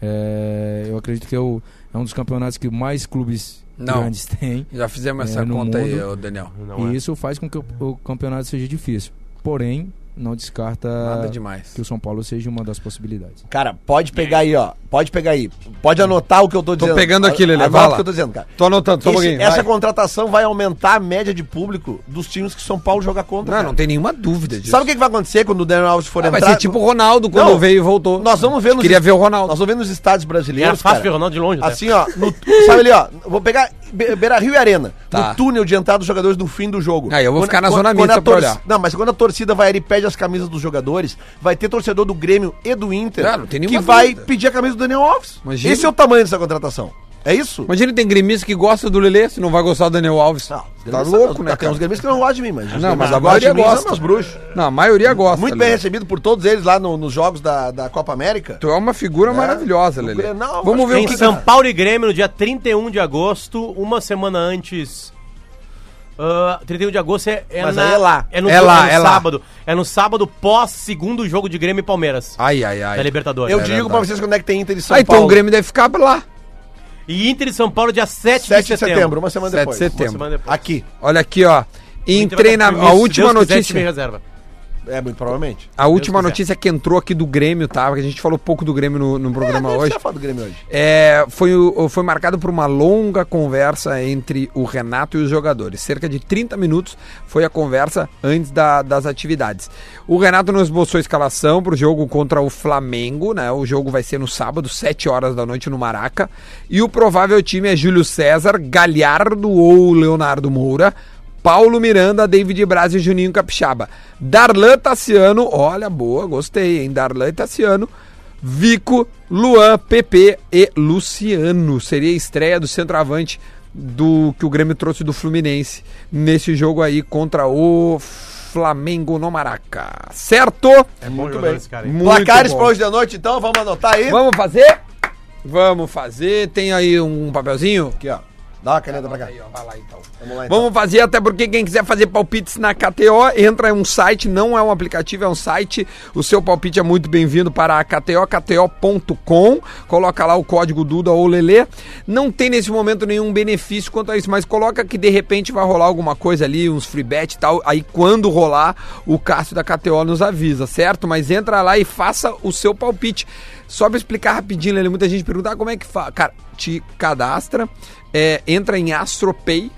L: Eh, eu acredito que é, o- é um dos campeonatos que mais clubes
A: Não.
L: grandes tem.
A: Já fizemos
L: eh,
A: essa
L: no
A: conta aí,
L: mundo
A: ô Daniel.
L: e isso faz com que o, o campeonato seja difícil. Porém, não descarta
A: Nada demais.
L: que o São Paulo seja uma das possibilidades.
B: Cara, pode pegar aí, ó. Pode pegar aí. Pode anotar o que eu tô dizendo.
A: pegando aqui, Lelê,
B: Anota
A: vai
B: o
A: lá.
B: que eu tô dizendo, cara.
A: Tô anotando, só um
B: Esse-
A: pouquinho.
B: essa
A: vai.
B: contratação vai aumentar a média de público dos times que São Paulo joga contra.
A: Não,
B: cara.
A: não tem nenhuma dúvida disso.
B: Sabe o que, que vai acontecer quando o Daniel Alves for
A: Ah,
B: entrar?
A: vai ser tipo o Ronaldo quando
B: Não.
A: veio e voltou.
B: Nós vamos ver nos
A: Queria ver o Ronaldo.
B: Nós vamos ver nos estádios brasileiros.
E: Era fácil
B: cara.
E: ver o Ronaldo de longe, né?
B: Assim, ó. no- sabe ali, ó. Vou pegar Be- Beira Rio e Arena.
A: Tá.
B: No túnel de entrada dos jogadores no fim do jogo.
A: Aí eu vou ficar na zona
B: quando a
A: mista pra
B: torci-
A: olhar.
B: Não, mas quando a torcida vai ali e pede as camisas dos jogadores, vai ter torcedor do Grêmio e do Inter
A: Não, não tem
B: que
A: nenhuma
B: vai
A: dúvida.
B: pedir a camisa do Daniel Alves.
A: Imagina.
B: Esse é o tamanho dessa contratação. É isso?
A: Imagina, tem gremista que gosta do Lelê, se não vai gostar do Daniel Alves.
B: Não, é os
A: tá
B: gremistas-
A: louco, né,
B: Tem
A: cara?
B: uns gremistas que não gostam de mim, mas... é os
A: Não, mas
B: gremistas
A: a
B: que gostam de
A: maioria
B: mim são
A: gosta.
B: meus bruxos.
A: Não, a maioria gosta.
B: Muito bem
A: Lelê.
B: recebido por todos eles lá no- nos jogos da, da Copa América.
A: Tu é uma figura maravilhosa,
B: no
A: Lelê.
B: Grenal,
A: Vamos
B: acho
A: ver
B: que é
A: o
E: Em
A: que...
E: São Paulo e Grêmio, no dia 31 de agosto, uma semana antes. Ah, 31 de agosto é, é,
B: Mas aí é lá.
E: É no,
A: É lá,
E: no
A: é lá.
E: sábado. É no sábado pós segundo jogo de Grêmio e Palmeiras.
A: Ai, ai, ai.
E: Da Libertadores.
B: Eu
E: É.
B: digo pra vocês quando é que tem Inter e São
A: Ah, então
B: Paulo.
A: o Grêmio deve ficar lá.
E: E Inter e São Paulo, dia 7,
B: 7 de setembro, uma semana
A: 7 de
B: depois.
E: Uma
A: setembro.
E: semana depois.
B: Aqui.
A: Olha aqui, ó.
E: O
A: Em
E: Inter vai ter
A: treinamento.
E: primeiro,
A: A
E: se
A: última
E: Deus quiser, time
A: notícia.
E: reserva.
B: É, muito provavelmente.
A: A última
E: quiser.
A: notícia que entrou aqui do Grêmio, tá? Porque a gente falou pouco do Grêmio no,
E: É,
A: no programa
B: Não
A: hoje.
B: precisa falar do Grêmio hoje.
A: É, foi, o- foi marcado por uma longa conversa entre o Renato e os jogadores. Cerca de 30 minutos foi a conversa antes da- das atividades. O Renato não esboçou a escalação para o jogo contra o Flamengo, né? O jogo vai ser no sábado, 7 horas da noite, no Maraca. E o provável time é Júlio César, Galhardo ou Leonardo Moura. Paulo Miranda, David Braz e Juninho Capixaba. Darlan Tassiano, olha, boa, gostei, hein? Darlan e Tassiano. Vico, Luan, PP e Luciano. Seria a estreia do centroavante do que o Grêmio trouxe do Fluminense nesse jogo aí contra o Flamengo no Maraca. Certo?
E: É muito jogador esse cara aí.
A: Muito
B: Placares
A: bom.
B: pra hoje de noite, então, vamos anotar aí.
A: Vamos fazer? Vamos fazer. Tem aí um papelzinho?
B: Aqui, ó. Dá uma caneta pra cá.
A: Aí, ó, vai lá então.
B: Vamos lá, então.
A: Vamos fazer, até porque quem quiser fazer palpites na KTO, entra em um site, não é um aplicativo, é um site. O seu palpite é muito bem-vindo para a KTO, KTO.com. Coloca lá o código Duda ou Lelê. Não tem nesse momento nenhum benefício quanto a isso, mas coloca que de repente vai rolar alguma coisa ali, uns free bet e tal. Aí quando rolar, o Cássio da KTO nos avisa, certo? Mas entra lá e faça o seu palpite. Só pra explicar rapidinho, Lelê, muita gente pergunta ah, como é que faz. Cara, te cadastra, é, entra em AstroPay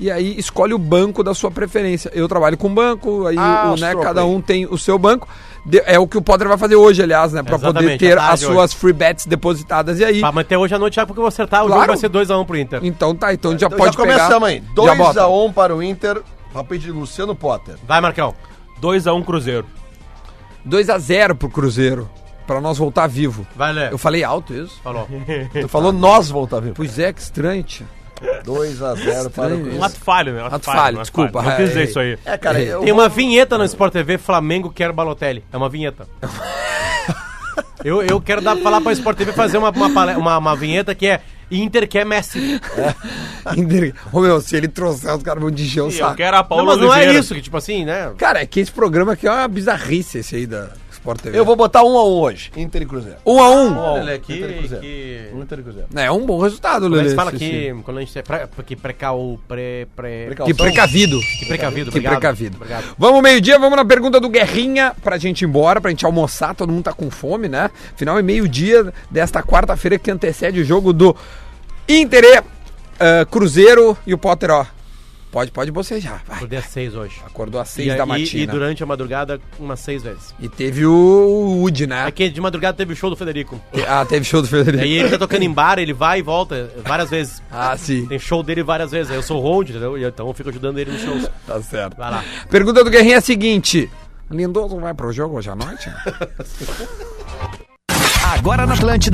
A: e aí escolhe o banco da sua preferência. Eu trabalho com banco, aí
B: Ah,
A: o, né,
B: Astro
A: cada
B: Play.
A: um tem o seu banco. De- é o que o Potter vai fazer hoje, aliás, né? Pra poder
E: Exatamente, à
A: ter
E: tarde
A: as
E: hoje.
A: suas free bets depositadas. E aí.
E: Pá, mas até hoje à noite, já porque eu vou acertar, o
A: Claro.
E: jogo vai ser 2x1 pro Inter.
A: Então tá, então já
B: Então
A: pode
B: já
A: pegar.
B: começamos aí.
A: já bota.
B: 2x1 para o Inter. Palpite de Luciano Potter.
E: Vai, Marcão.
C: 2x1 Cruzeiro.
A: 2 a 0 pro Cruzeiro, pra nós voltar vivo.
E: Vai, Lê.
C: É.
A: Eu falei alto isso?
E: Falou.
B: Tu falou nós voltar vivo.
A: Pois é, que estranho. tia.
B: 2x0 para o
C: Um
B: Cruzeiro.
C: ato falho, né? Um
A: Ato falho,
C: um
A: desculpa.
C: Não quis dizer
A: É,
C: isso aí.
B: É, cara, eu
E: Tem uma vinheta no Sport TV, Flamengo quer Balotelli. É uma vinheta. Eu, eu quero dar, falar pra Sport TV fazer uma, uma, pale- uma, uma vinheta que é Inter quer Messi.
A: Inter- Ô meu, se ele trouxer, os caras um vão dizer o
C: E eu
A: saco.
C: quero a
E: Não,
C: Paula
E: mas não é
C: Oliveira.
E: isso, que tipo assim, né?
A: Cara, é que esse programa aqui é uma bizarrice esse aí da Sport TV.
B: eu vou botar 1x1 hoje. Inter e Cruzeiro.
A: 1 a 1
E: Olha, é que,
B: Inter e Cruzeiro.
E: que...
B: Inter e Cruzeiro.
A: É um bom resultado,
E: Como é que
A: Lelê.
E: se fala
A: esse-
E: que quando a gente é pre, que precau, pre, pre,
A: Que precavido.
E: que precavido,
A: Que
E: obrigado.
A: precavido.
E: Obrigado.
A: Vamos meio-dia, vamos na pergunta do Guerrinha pra gente ir embora, pra gente almoçar, todo mundo tá com fome, né? Final é meio-dia desta quarta-feira que antecede o jogo do Inter e, eh, Cruzeiro e o Potter, ó. Pode, pode bocejar. Vai.
C: Acordei às seis hoje.
A: Acordou às
C: E
A: seis
C: aí-
A: da
C: E,
A: matina.
C: durante a madrugada, umas seis vezes.
A: E teve o Woody, né?
C: Aqui de madrugada teve o show do Federico.
A: Ah, teve show do Federico.
C: Aí ele tá tocando em bar, ele vai e volta várias vezes.
A: Ah, sim.
C: Tem show dele várias vezes. Aí eu sou road, entendeu? E eu- Então eu fico ajudando ele nos shows.
A: Tá certo.
C: Vai lá.
A: Pergunta do Guerrinha é a seguinte. Lindoso vai pro jogo hoje à noite?
M: Agora na Atlântida.